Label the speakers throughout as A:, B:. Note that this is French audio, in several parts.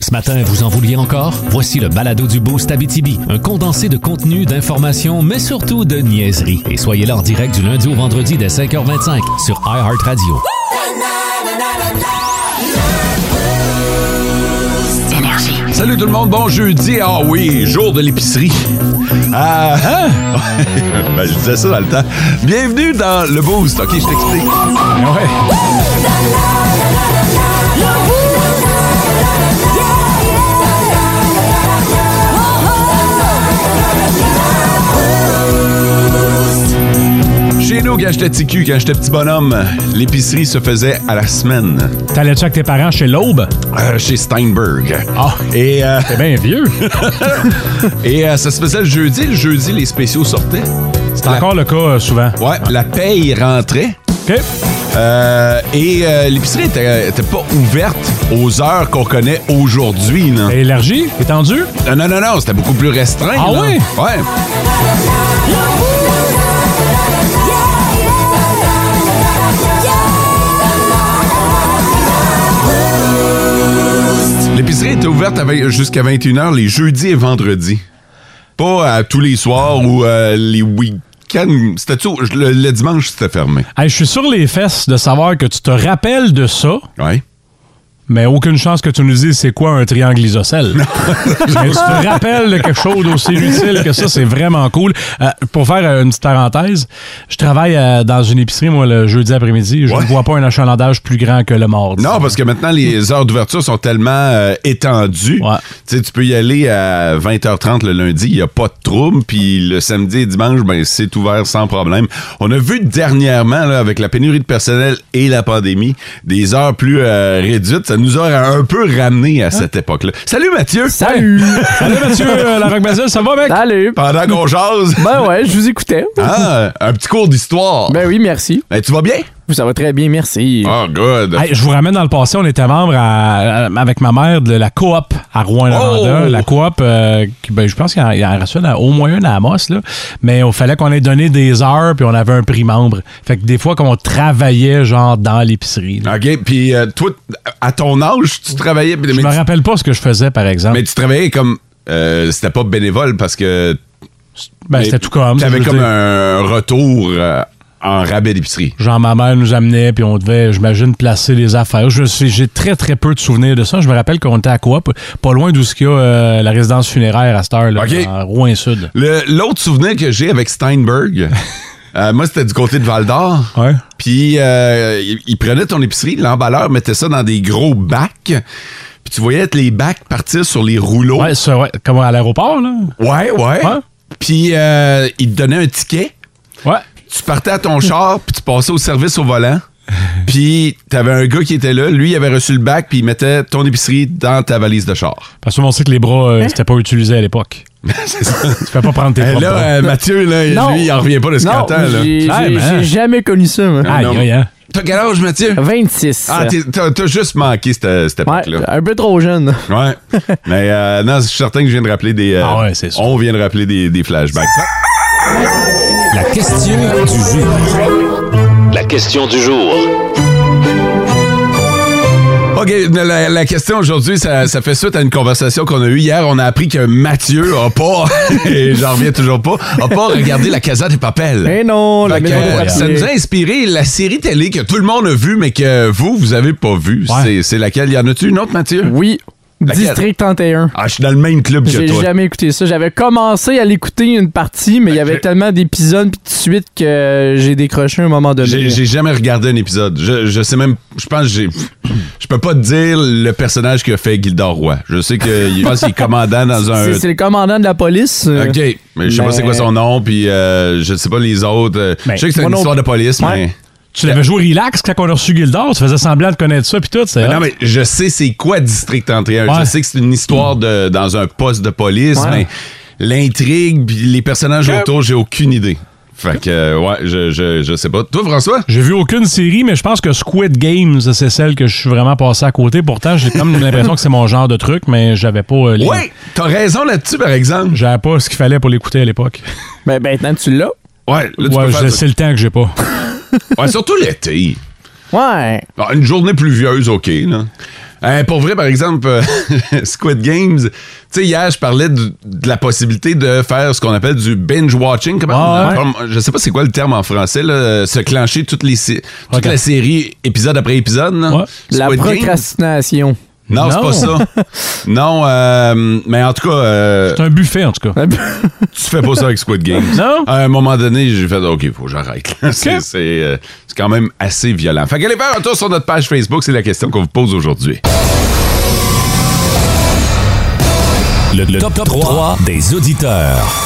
A: Ce matin, vous en vouliez encore? Voici le balado du Boost Abitibi, un condensé de contenu, d'informations, mais surtout de niaiseries. Et soyez là en direct du lundi au vendredi dès 5h25 sur iHeartRadio.
B: Salut tout le monde, bon jeudi. Ah oui, jour de l'épicerie. Ah, hein? ben, je disais ça dans le temps. Bienvenue dans le Boost. OK, je t'explique. Ouais. Chez nous, quand j'étais petit cul, quand j'étais petit bonhomme, l'épicerie se faisait à la semaine.
C: T'allais-tu avec tes parents chez l'Aube?
B: Euh, chez Steinberg.
C: Ah.
B: Et, euh,
C: T'es bien vieux.
B: et euh, ça se faisait le jeudi. Le jeudi, les spéciaux sortaient.
C: C'est encore le cas euh, souvent.
B: Ouais, la paye rentrait.
C: OK.
B: Euh, et euh, l'épicerie était, était pas ouverte aux heures qu'on connaît aujourd'hui. là.
C: T'es élargi? T'es tendu?
B: Non, non, non, non, c'était beaucoup plus restreint.
C: Ah
B: là.
C: oui?
B: Ouais. L'épicerie était ouverte à vingt- jusqu'à 21h les jeudis et vendredis. Pas à tous les soirs ou euh, les week-ends. C'était tout. Le, le dimanche, c'était fermé.
C: Hey, je suis sur les fesses de savoir que tu te rappelles de ça,
B: Ouais.
C: mais aucune chance que tu nous dises c'est quoi un triangle isocèle. mais tu te rappelles de quelque chose d'aussi utile que ça, c'est vraiment cool. Euh, pour faire euh, une petite parenthèse, je travaille euh, dans une épicerie, moi, le jeudi après-midi. Je
B: Ouais.
C: ne vois pas un achalandage plus grand que le mardi.
B: Non, parce que maintenant, les heures d'ouverture sont tellement euh, étendues.
C: Ouais.
B: Tu sais, tu peux y aller à 20h30 le lundi, il n'y a pas de trouble. Puis le samedi et dimanche, ben, c'est ouvert sans problème. On a vu dernièrement, là, avec la pénurie de personnel et la pandémie, des heures plus euh, réduites. Ça nous a un peu ramené à cette époque-là. Salut Mathieu!
D: Salut!
C: Salut Mathieu, euh, la Roque-Basile, ça va, mec?
D: Salut!
B: Pendant qu'on jase,
D: Ben ouais, je vous écoutais.
B: hein, un petit cours d'histoire.
D: Ben oui, merci.
B: Ben, tu vas bien?
D: Ça va très bien, merci.
B: Oh, good.
C: Hey, je vous ramène dans le passé, on était membre à- à- avec ma mère de la coop à Rouen-Noranda.
B: Oh!
C: La coop, euh, qui- ben, je pense qu'il y en- il en reste une à- au moins une à Amos, là. mais il fallait qu'on ait donné des heures puis on avait un prix membre. Fait que des fois qu'on travaillait genre dans l'épicerie. là.
B: OK, puis euh, toi, à ton âge, tu travaillais... mais
C: Je
B: tu-
C: me rappelle pas ce que je faisais, par exemple.
B: Mais tu travaillais comme. euh, c'était pas bénévole parce que.
C: Ben, c'était tout comme.
B: Tu avais
C: je veux
B: comme
C: dire.
B: un retour euh, en rabais d'épicerie.
C: Genre, ma mère nous amenait, puis on devait, j'imagine, placer les affaires. Je suis- J'ai très, très peu de souvenirs de ça. Je me rappelle qu'on était à Coop, pas loin d'où ce qu'il y a euh, la résidence funéraire à cette heure-là,
B: OK.
C: en Rouen-Sud.
B: Le- L'autre souvenir que j'ai avec Steinberg, euh, moi, c'était du côté de Val d'Or.
C: Ouais.
B: Puis, euh, il, il prenait ton épicerie, l'emballeur mettait ça dans des gros bacs. Puis, tu voyais les bacs partir sur les rouleaux.
C: Ouais, ça, ouais. Comme à l'aéroport, là.
B: ouais. ouais.
C: Ouais.
B: Puis, euh, il te donnait un ticket.
C: Ouais.
B: tu partais à ton char, puis tu passais au service au volant. Puis t'avais un gars qui était là, lui il avait reçu le bac, puis il mettait ton épicerie dans ta valise de char.
C: Parce que on sait que les bras, euh, c'était pas utilisé à l'époque. Tu peux pas prendre tes
B: Eh,
C: propres
B: là,
C: bras.
B: euh, Mathieu, là,
D: Non.
B: lui, il en revient pas de ce
D: non,
B: qu'entend. là.
D: j'ai- j'ai
C: Clairement.
D: j'ai jamais connu ça, moi.
C: Aïe,
B: non.
C: aïe, hein.
B: T'as quel âge, Mathieu?
D: 26.
B: Ah, t'es- t'as t'as juste manqué cette, cette
D: ouais,
B: époque-là.
D: un peu trop jeune.
B: Ouais. Mais euh, non, je suis certain que je viens de rappeler des. euh,
C: Ah ouais, c'est sûr.
B: On vient de rappeler des, des flashbacks.
A: La question du jour.
E: La question du jour.
B: OK, la, la question aujourd'hui, ça, ça fait suite à une conversation qu'on a eue hier. On a appris que Mathieu a pas, et j'en reviens toujours pas, a pas regardé la Casa des Papel.
D: Eh non, la
B: Fait que,
D: maison
B: euh,
D: des
B: ça
D: papiers.
B: nous a inspiré la série télé que tout le monde a vue, mais que vous, vous avez pas vue.
C: Ouais.
B: C'est- C'est laquelle? Y en a-tu une autre, Mathieu?
D: Oui,
B: Laquelle?
D: District 31.
B: Ah, je suis dans le même club que
D: J'ai
B: toi.
D: jamais écouté ça. J'avais commencé à l'écouter une partie,
B: Ben,
D: mais il y avait tellement d'épisodes puis de suite que j'ai décroché à un moment
B: J'ai
D: donné.
B: j'ai jamais regardé un épisode. Je, je sais même, je pense que j'ai, je peux pas te dire le personnage que fait Gildor Roy. Je sais que il- je pense qu'il est commandant dans un.
D: C'est c'est le commandant de la police. euh,
B: Ok, mais je sais pas
D: Mais-
B: c'est quoi son nom, puis euh, je sais pas les autres. euh,
C: Mais-
B: je sais que c'est
D: Moi
B: une
D: non-
B: histoire de police,
D: Ouais.
B: mais.
C: Tu l'avais joué relax quand on a reçu Gildor. Tu faisais semblant de connaître ça, puis tout. c'est-
B: Mais non, mais je sais c'est quoi District 31.
C: Ouais.
B: Je sais que c'est une histoire de, dans un poste de police,
D: Ouais.
B: mais l'intrigue, puis les personnages autour, j'ai aucune idée. Fait que, euh, ouais, je, je, je sais pas. Toi, François?
C: J'ai vu aucune série, mais je pense que Squid Games, c'est celle que je suis vraiment passé à côté. Pourtant, j'ai comme l'impression que c'est mon genre de truc, mais j'avais pas. euh, les-
B: Ouais, t'as raison là-dessus, par exemple.
C: J'avais pas ce qu'il fallait pour l'écouter à l'époque.
D: Ben maintenant, tu l'as.
B: Ouais, là, tu
C: Ouais,
B: peux
C: je-
B: faire ça.
C: c'est le temps que j'ai pas.
B: Ouais, surtout l'été.
D: Ouais.
B: Ah, Une journée pluvieuse, OK, là. Euh, pour vrai, par exemple, euh, Squid Games, tu sais, hier, je parlais du- de la possibilité de faire ce qu'on appelle du binge-watching. Comment
C: Ah, ouais.
B: on- Je sais pas c'est quoi le terme en français, là, euh, se clencher toutes les, sé- toute
C: Ok.
B: la série, épisode après épisode. là.
C: Ouais.
B: Squid
D: La
B: Games?
D: procrastination.
B: Non, c'est
C: Non.
B: pas ça. non, euh, mais en tout cas, euh,
C: C'est un buffet, en tout cas.
B: tu fais pas ça avec Squid Games.
C: Non?
B: À un moment donné, j'ai fait OK, faut que j'arrête. c'est c'est, euh, c'est quand même assez violent. Fait qu'allez faire un tour sur notre page Facebook, c'est la question qu'on vous pose aujourd'hui.
A: Le, le top, 3 des auditeurs.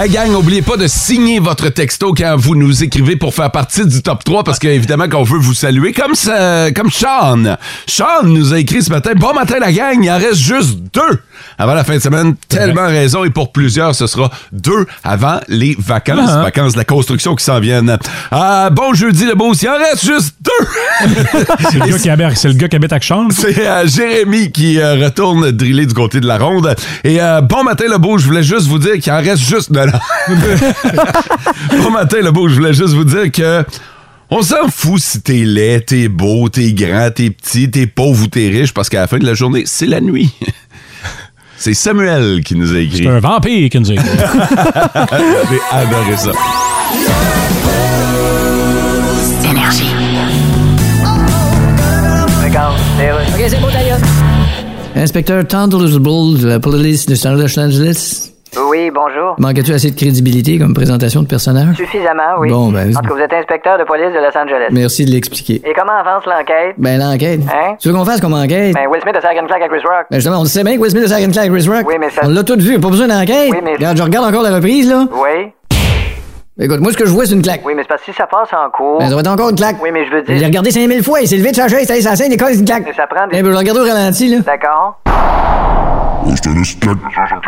B: Hey gang, n'oubliez pas de signer votre texto quand vous nous écrivez pour faire partie du top 3 parce qu'évidemment qu'on veut vous saluer comme ça, comme Sean. Sean nous a écrit ce matin Bon matin la gang, il en reste juste deux avant la fin de semaine. Tellement raison et pour plusieurs, ce sera deux avant les vacances,
C: Ah.
B: vacances de la construction qui s'en viennent. Ah, bon jeudi le beau, il en reste juste deux.
C: C'est le, gars qui habite- c'est le gars qui habite à Chance.
B: C'est euh, Jérémy qui euh, retourne driller du côté de la ronde. Et euh, bon matin, le beau, je voulais juste vous dire qu'il en reste juste. Non, non. bon matin, le beau, je voulais juste vous dire que. On s'en fout si t'es laid, t'es beau, t'es grand, t'es petit, t'es pauvre ou t'es riche, parce qu'à la fin de la journée, c'est la nuit. c'est Samuel qui nous a écrit.
C: C'est un vampire qui nous a écrit.
B: J'ai adoré ça.
F: Eh Inspecteur Tandlesbull de la police de San Los Angeles.
G: Oui, bonjour.
F: Manques-tu assez de crédibilité comme présentation de personnage?
G: Suffisamment, oui.
F: Bon, ben,
G: En tout cas, vous êtes inspecteur de police de Los Angeles.
F: Merci de l'expliquer.
G: Et comment avance l'enquête?
F: Ben, l'enquête.
G: Hein?
F: Tu veux qu'on fasse comme enquête?
G: Ben, Will Smith a serré une claque à Chris Rock.
F: Ben, justement, on le sait bien que Will Smith a sacré une claque à Chris Rock.
G: Oui, mais ça-
F: On l'a tout vu, pas besoin d'enquête.
G: Oui, mais-
F: Regarde, je regarde encore la reprise, là.
G: Oui?
F: Écoute, moi, ce que je vois, c'est une claque.
G: Oui, mais c'est parce que si ça passe en cours...
F: Ben, ça va être encore une claque.
G: Oui, mais je veux
F: Je l'ai
G: dire...
F: regardé 5000 fois, il s'est levé de sa chaise, il est allé sur la scène, il colle, c'est une claque.
G: Mais ça prend des-
F: Eh ben, je le regarde au ralenti, là.
G: D'accord?
H: Oh, je te laisse une claque.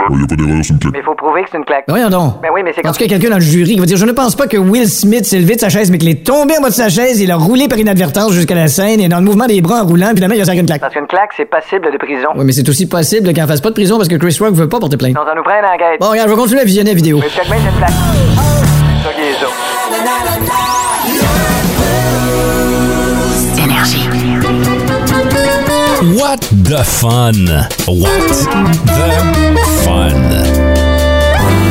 H: Oh, y a pas d'erreur, c'est une claque.
G: Mais il faut prouver que c'est une claque.
F: Ben, voyons donc.
G: Ben oui, mais c'est
F: En
G: comme...
F: tout cas, quelqu'un dans le jury qui va dire Je ne pense pas que Will Smith s'est levé de sa chaise, mais qu'il est tombé en bas de sa chaise, il a roulé par inadvertance jusqu'à la scène, et dans le mouvement des bras en roulant, puis la main, il a sacré une claque.
G: Parce qu'une claque, c'est passible de prison.
F: Oui, mais c'est aussi possible qu'elle fasse pas de prison parce que Chris Rock veut pas porter plainte.
G: Donc, ça nous prend une enquête.
F: Bon, regarde, je vais continuer à visionner la vidéo.
G: Mais check bien, c'est une claque. C'est ça qui est ça.
A: What the fun? What the fun?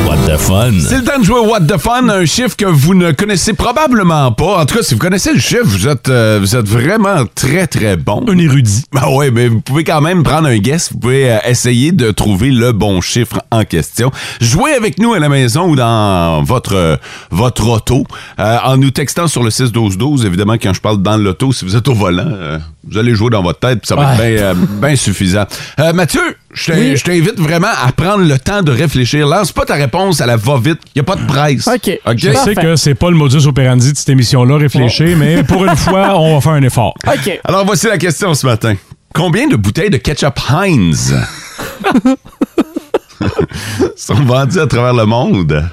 A: What the fun?
B: C'est le temps de jouer au What the Fun, un chiffre que vous ne connaissez probablement pas. En tout cas, si vous connaissez le chiffre, vous êtes, euh, vous êtes vraiment très, très bon.
C: Un érudit.
B: Ben ouais, mais vous pouvez quand même prendre un guess. Vous pouvez euh, essayer de trouver le bon chiffre en question. Jouez avec nous à la maison ou dans votre euh, votre auto euh, en nous textant sur le 6 12 12. Évidemment, quand je parle dans l'auto, si vous êtes au volant, euh, vous allez jouer dans votre tête, puis ça va
C: Ouais.
B: être bien euh, bien suffisant. Euh, Mathieu, je t'in- je t'invite vraiment à prendre le temps de réfléchir. Lance pas ta réponse à la va vite. Y a pas de presse.
D: OK.
B: Ok?
C: Je sais
D: Parfait.
C: que c'est pas le modus operandi de cette émission-là,
B: Oh.
C: réfléchir, mais pour une fois, on va faire un effort.
D: OK.
B: Alors voici la question ce matin. Combien de bouteilles de ketchup Heinz sont vendues à travers le monde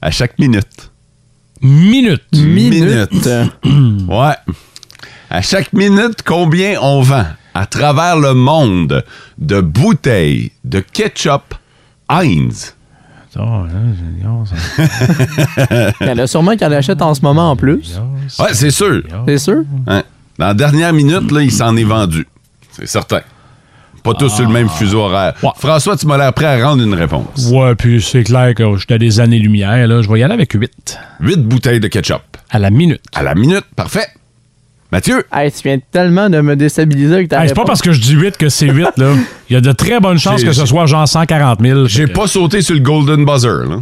B: à chaque minute?
C: Minute.
B: Minute. Ouais. À chaque minute, combien on vend à travers le monde de bouteilles de ketchup Heinz?
C: Attends, hein, j'ai- oh, ça-
D: Elle a Ben sûrement qu'elle achète en ce moment en plus.
B: Ouais, c'est sûr.
D: C'est sûr?
B: Hein? Dans la dernière minute, là, il s'en est vendu. C'est certain. Pas tous sur le même fuseau horaire.
C: Ouais.
B: François, tu m'as l'air prêt à rendre une réponse.
C: Ouais, puis c'est clair que j'étais à des années-lumière, là. Je vais y aller avec 8
B: 8 bouteilles de ketchup.
C: à la minute.
B: À la minute, parfait. Mathieu,
D: Hey, tu viens tellement de me déstabiliser avec ta
C: Hey, c'est pas parce que je dis 8 que c'est 8, là. Il y a de très bonnes chances
B: J'ai-
C: que ce soit genre 140 000.
B: j'ai pas sauté sur le Golden Buzzer. là.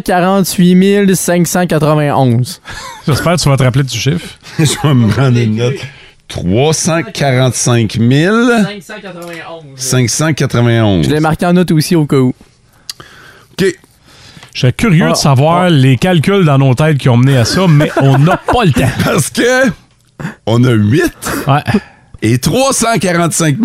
D: 348 591.
C: J'espère que tu vas te rappeler du chiffre.
B: Je vais me prendre une note. 345
D: 591.
B: 591.
D: Je l'ai marqué en note aussi au cas où.
B: OK.
C: Je serais curieux
D: Ah,
C: de savoir les calculs dans nos têtes qui ont mené à ça, mais on n'a pas le temps.
B: Parce que on a 8
C: Ouais.
B: et 345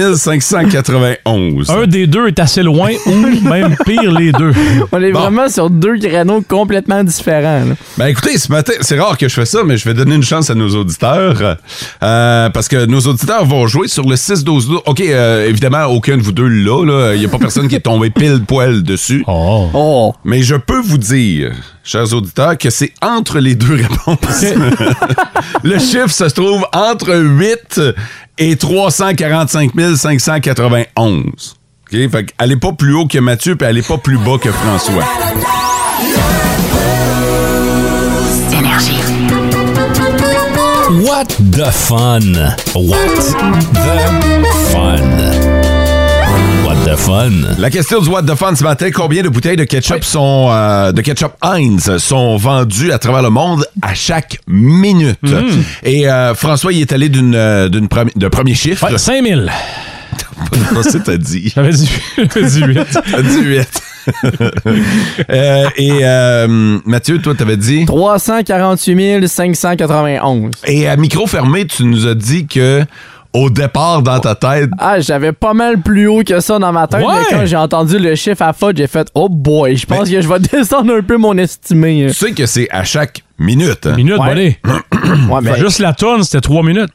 B: 591.
C: Un des deux est assez loin ou même pire les deux.
D: On est
B: Bon.
D: vraiment sur deux créneaux complètement différents. là.
B: Ben écoutez, ce matin, c'est rare que je fais ça, mais je vais donner une chance à nos auditeurs. euh, parce que nos auditeurs vont jouer sur le 6-12-12. OK, euh, évidemment, aucun de vous deux là. Il n'y a pas personne qui est tombé pile poil dessus.
C: Oh.
D: Oh!
B: Mais je peux vous dire chers auditeurs, que c'est entre les deux réponses. le chiffre se trouve entre 8 et 345 591. OK? Fait qu'allez pas plus haut que Mathieu, puis allez pas plus bas que François.
A: What the fun? What the fun? What the fun?
B: La question du What the Fun ce matin, combien de bouteilles de ketchup sont euh, de ketchup Heinz sont vendues à travers le monde à chaque minute? Et euh, François, il est allé d'une, euh, d'une premi- de premier chiffre.
C: Ouais, 5000.
B: François t'as dit.
C: J'avais dit j'avais dit 8.
B: T'as dit huit. Euh, et euh, Mathieu, toi, t'avais dit.
D: 348 591.
B: Et à micro fermé, tu nous as dit que au départ dans ta tête,
D: Ah, j'avais pas mal plus haut que ça dans ma tête,
C: Ouais.
D: mais quand j'ai entendu le chiffre à faute, j'ai fait « Oh boy, je pense que je vais descendre un peu mon estimé.
B: tu sais que c'est à chaque minute. hein?
C: Minute,
D: Ouais.
C: bonnet. »
D: Ouais, mais,
C: Juste la tourne, c'était 3 minutes.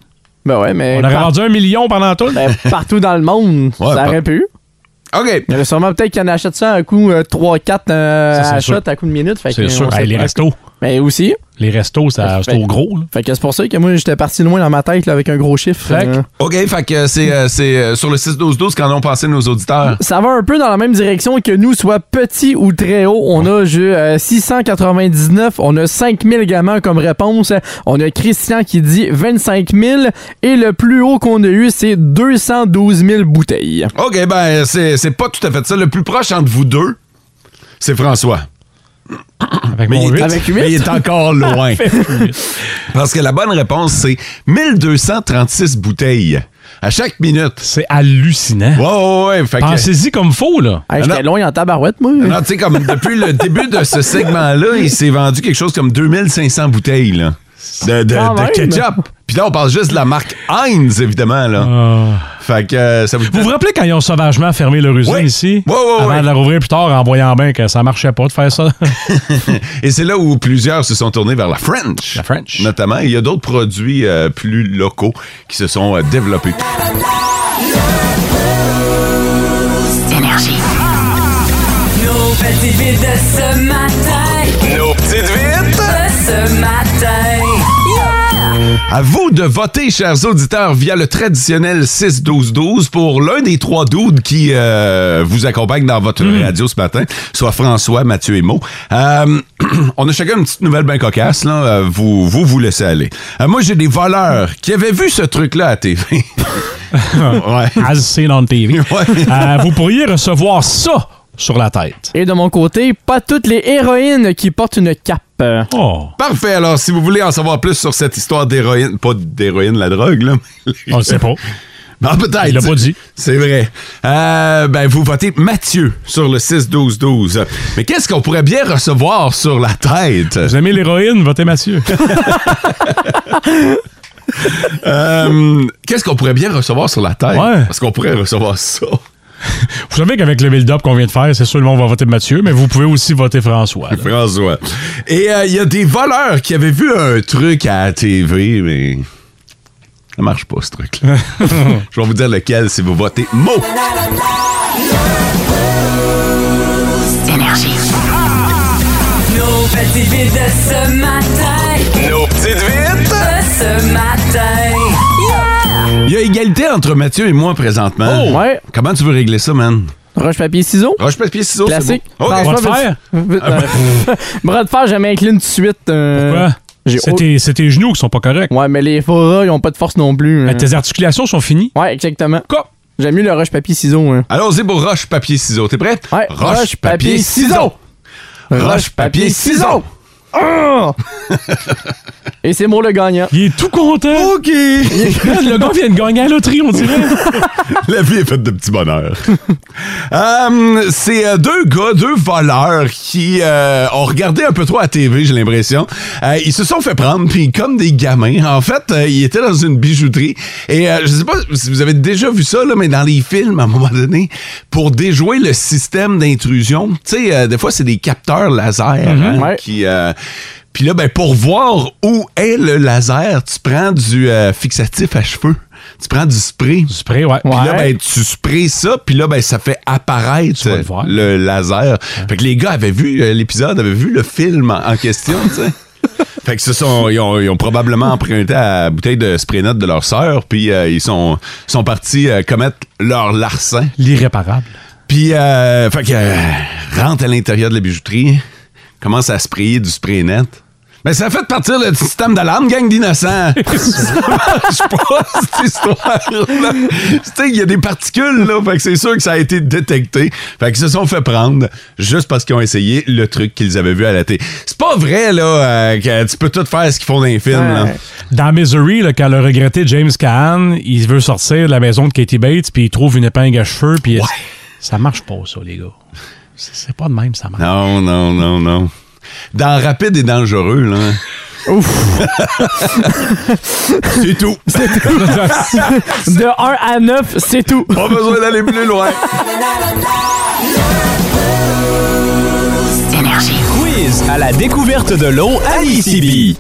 D: ben ouais, mais
C: On aurait
D: par-
C: rendu un million pendant la tourne.
D: ben, partout dans le monde,
B: Ouais,
D: ça
B: par-
D: aurait pu.
B: OK.
D: Il y en a sûrement peut-être qui en achètent ça à coup euh, 3-4
C: Ça, c'est
D: achètent euh, à coup de minute. fait que
C: C'est
D: on
C: sûr.
D: sait
C: Hey, les
D: pas.
C: restos.
D: Mais aussi,
C: Les restos, ça-
D: Ça se
C: c'est
D: fait.
C: au gros. là.
D: fait que c'est pour ça que moi, j'étais parti loin dans ma tête là, avec un gros chiffre.
C: Fait que-
D: Euh,
B: OK, fait que c'est, euh, c'est euh, sur le 6-12-12 qu'en ont pensé nos auditeurs.
D: ça va un peu dans la même direction que nous, soit petit ou très haut. On a je, euh, 699, on a 5000 gamins comme réponse. On a Christian qui dit 25 000 et le plus haut qu'on a eu, c'est 212 000 bouteilles.
B: OK, ben, c'est, c'est pas tout à fait ça. Le plus proche entre vous deux, c'est François.
C: Avec
B: Mais
C: mon
B: il, est,
C: huit.
D: Avec huit?
B: mais il est encore loin. Parce que la bonne réponse, c'est 1236 bouteilles à chaque minute.
C: C'est hallucinant.
B: Ouais, ouais, ouais. Fait que-
C: Pensez-y comme faut, là.
D: Hey,
B: non.
D: J'étais loin en tabarouette, moi.
C: Ah
B: Non, tu sais, comme depuis le début de ce segment-là, il s'est vendu quelque chose comme 2500 bouteilles là, de, de-
D: Quand
B: de
D: même.
B: ketchup. Puis là, on parle juste de la marque Heinz, évidemment. Là. Fait que euh, ça vous
C: Ah. Vous vous rappelez quand ils ont sauvagement fermé leur usine
B: Ouais.
C: ici?
B: Ouais, ouais,
C: avant
B: ouais.
C: de la rouvrir plus tard en voyant bien que ça marchait pas de faire ça.
B: Et c'est là où plusieurs se sont tournés vers la French.
C: La French.
B: Notamment. Il y a d'autres produits euh, plus locaux qui se sont euh, développés.
I: Nos petites vites de ce matin.
E: Nos petites vites.
I: De ce matin. Yeah!
B: À vous de voter, chers auditeurs, via le traditionnel 6-12-12 pour l'un des trois doudes qui euh, vous accompagnent dans votre radio ce matin, soit François, Mathieu et Mo. Euh, on a chacun une petite nouvelle bien cocasse, là. Euh, Vous, vous vous laissez aller. Euh, moi, j'ai des voleurs qui avaient vu ce truc-là à TV. ouais.
C: As seen on TV.
B: Ouais.
C: Euh, vous pourriez recevoir ça sur la tête.
D: Et de mon côté, pas toutes les héroïnes qui portent une cape. Euh,
C: Oh,
B: Parfait. Alors, si vous voulez en savoir plus sur cette histoire d'héroïne, pas d'héroïne, la drogue, là.
C: on le sait pas.
B: Ah, peut-être.
C: Il l'a pas dit.
B: C'est vrai. Euh, ben, vous votez Mathieu sur le 6-12-12. Mais qu'est-ce qu'on pourrait bien recevoir sur la tête?
C: Vous aimez l'héroïne? Votez Mathieu.
B: Euh, qu'est-ce qu'on pourrait bien recevoir sur la tête?
C: Ouais.
B: Parce qu'on pourrait recevoir ça.
C: Vous savez qu'avec le build-up qu'on vient de faire, c'est sûr le monde va voter Mathieu, mais vous pouvez aussi voter François. là.
B: François. Et euh, il y a des voleurs qui avaient vu un truc à la TV, mais. Ça marche pas, ce truc-là. Je vais vous dire lequel si vous votez mot.
I: Nos petites vites de ce matin.
E: Nos petites vites.
I: De ce matin. Yeah!
B: Il y a égalité entre Mathieu et moi présentement.
D: Oh! Ouais.
B: Comment tu veux régler ça, man?
D: Roche, papier, ciseaux.
B: Roche, papier, ciseaux. c'est
D: Classique.
B: bon. OK.
C: Bras
D: François,
C: de
D: veux-tu-
C: fer?
D: veux-
B: Ah,
D: euh, Bras de fer, je m'incline tout de suite. euh,
C: Pourquoi?
D: j'ai
C: C'est
D: au-
C: tes, c'est tes genoux qui sont pas corrects.
D: Ouais, mais les forats, ils ont pas de force non plus.
B: Ah,
C: Euh,
D: hein.
C: Tes articulations sont finies.
D: Ouais, exactement.
C: Quoi?
D: J'aime mieux le roche papier ciseaux. Hein.
B: Allons-y pour roche, papier, ciseaux. T'es prêt?
D: Ouais, roche, papier, ciseaux.
B: Roche, papier, ciseaux.
D: Ah! Et c'est moi le gagnant.
C: Il est tout content.
B: OK.
C: Le gars vient de gagner à la loterie, on dirait.
B: La vie est faite de petits bonheurs. Hum, c'est euh, deux gars, deux voleurs qui euh, ont regardé un peu trop à TV, j'ai l'impression. Euh, ils se sont fait prendre, puis comme des gamins. En fait, euh, ils étaient dans une bijouterie. Et euh, je sais pas si vous avez déjà vu ça, là, mais dans les films, à un moment donné, pour déjouer le système d'intrusion, tu sais, euh, des fois, c'est des capteurs laser hein,
D: ouais.
B: qui... euh, puis là, ben, pour voir où est le laser, tu prends du euh, fixatif à cheveux. tu prends du spray.
C: Du spray, ouais.
B: Puis là,
D: Ouais.
B: ben, tu sprays ça, puis là, ben, ça fait apparaître
C: Tu vas le voir.
B: le laser. Fait que les gars avaient vu euh, l'épisode, avaient vu le film en, en question, tu sais. Fait que ce sont, ils, ont, ils ont probablement emprunté à la bouteille de spray note de leur sœur, puis euh, ils sont, sont partis euh, commettre leur larcin.
C: L'irréparable.
B: Puis, euh, fait que, euh, rentre à l'intérieur de la bijouterie, commence à sprayer du spray net. Mais ça a fait partir le système d'alarme, gang d'innocents. ça marche pas, cette histoire-là. Tu sais, il y a des particules, là. Fait que c'est sûr que ça a été détecté. Fait qu'ils se sont fait prendre juste parce qu'ils ont essayé le truc qu'ils avaient vu à la télé. C'est pas vrai, là, euh, que tu peux tout faire ce qu'ils font dans les films, là.
D: Ouais.
C: Dans Misery, là, quand le regretté James Cahan, il veut sortir de la maison de Katie Bates, puis il trouve une épingle à cheveux, puis
B: Ouais.
C: ça marche pas, ça, les gars. C'est c'est pas de même, ça marche.
B: Non, non, non, non. Dans Rapide et Dangereux, là. Ouf! c'est tout.
D: De 1 à 9, c'est tout.
B: Pas besoin d'aller plus loin.
J: Quiz à la découverte de l'eau à Issy.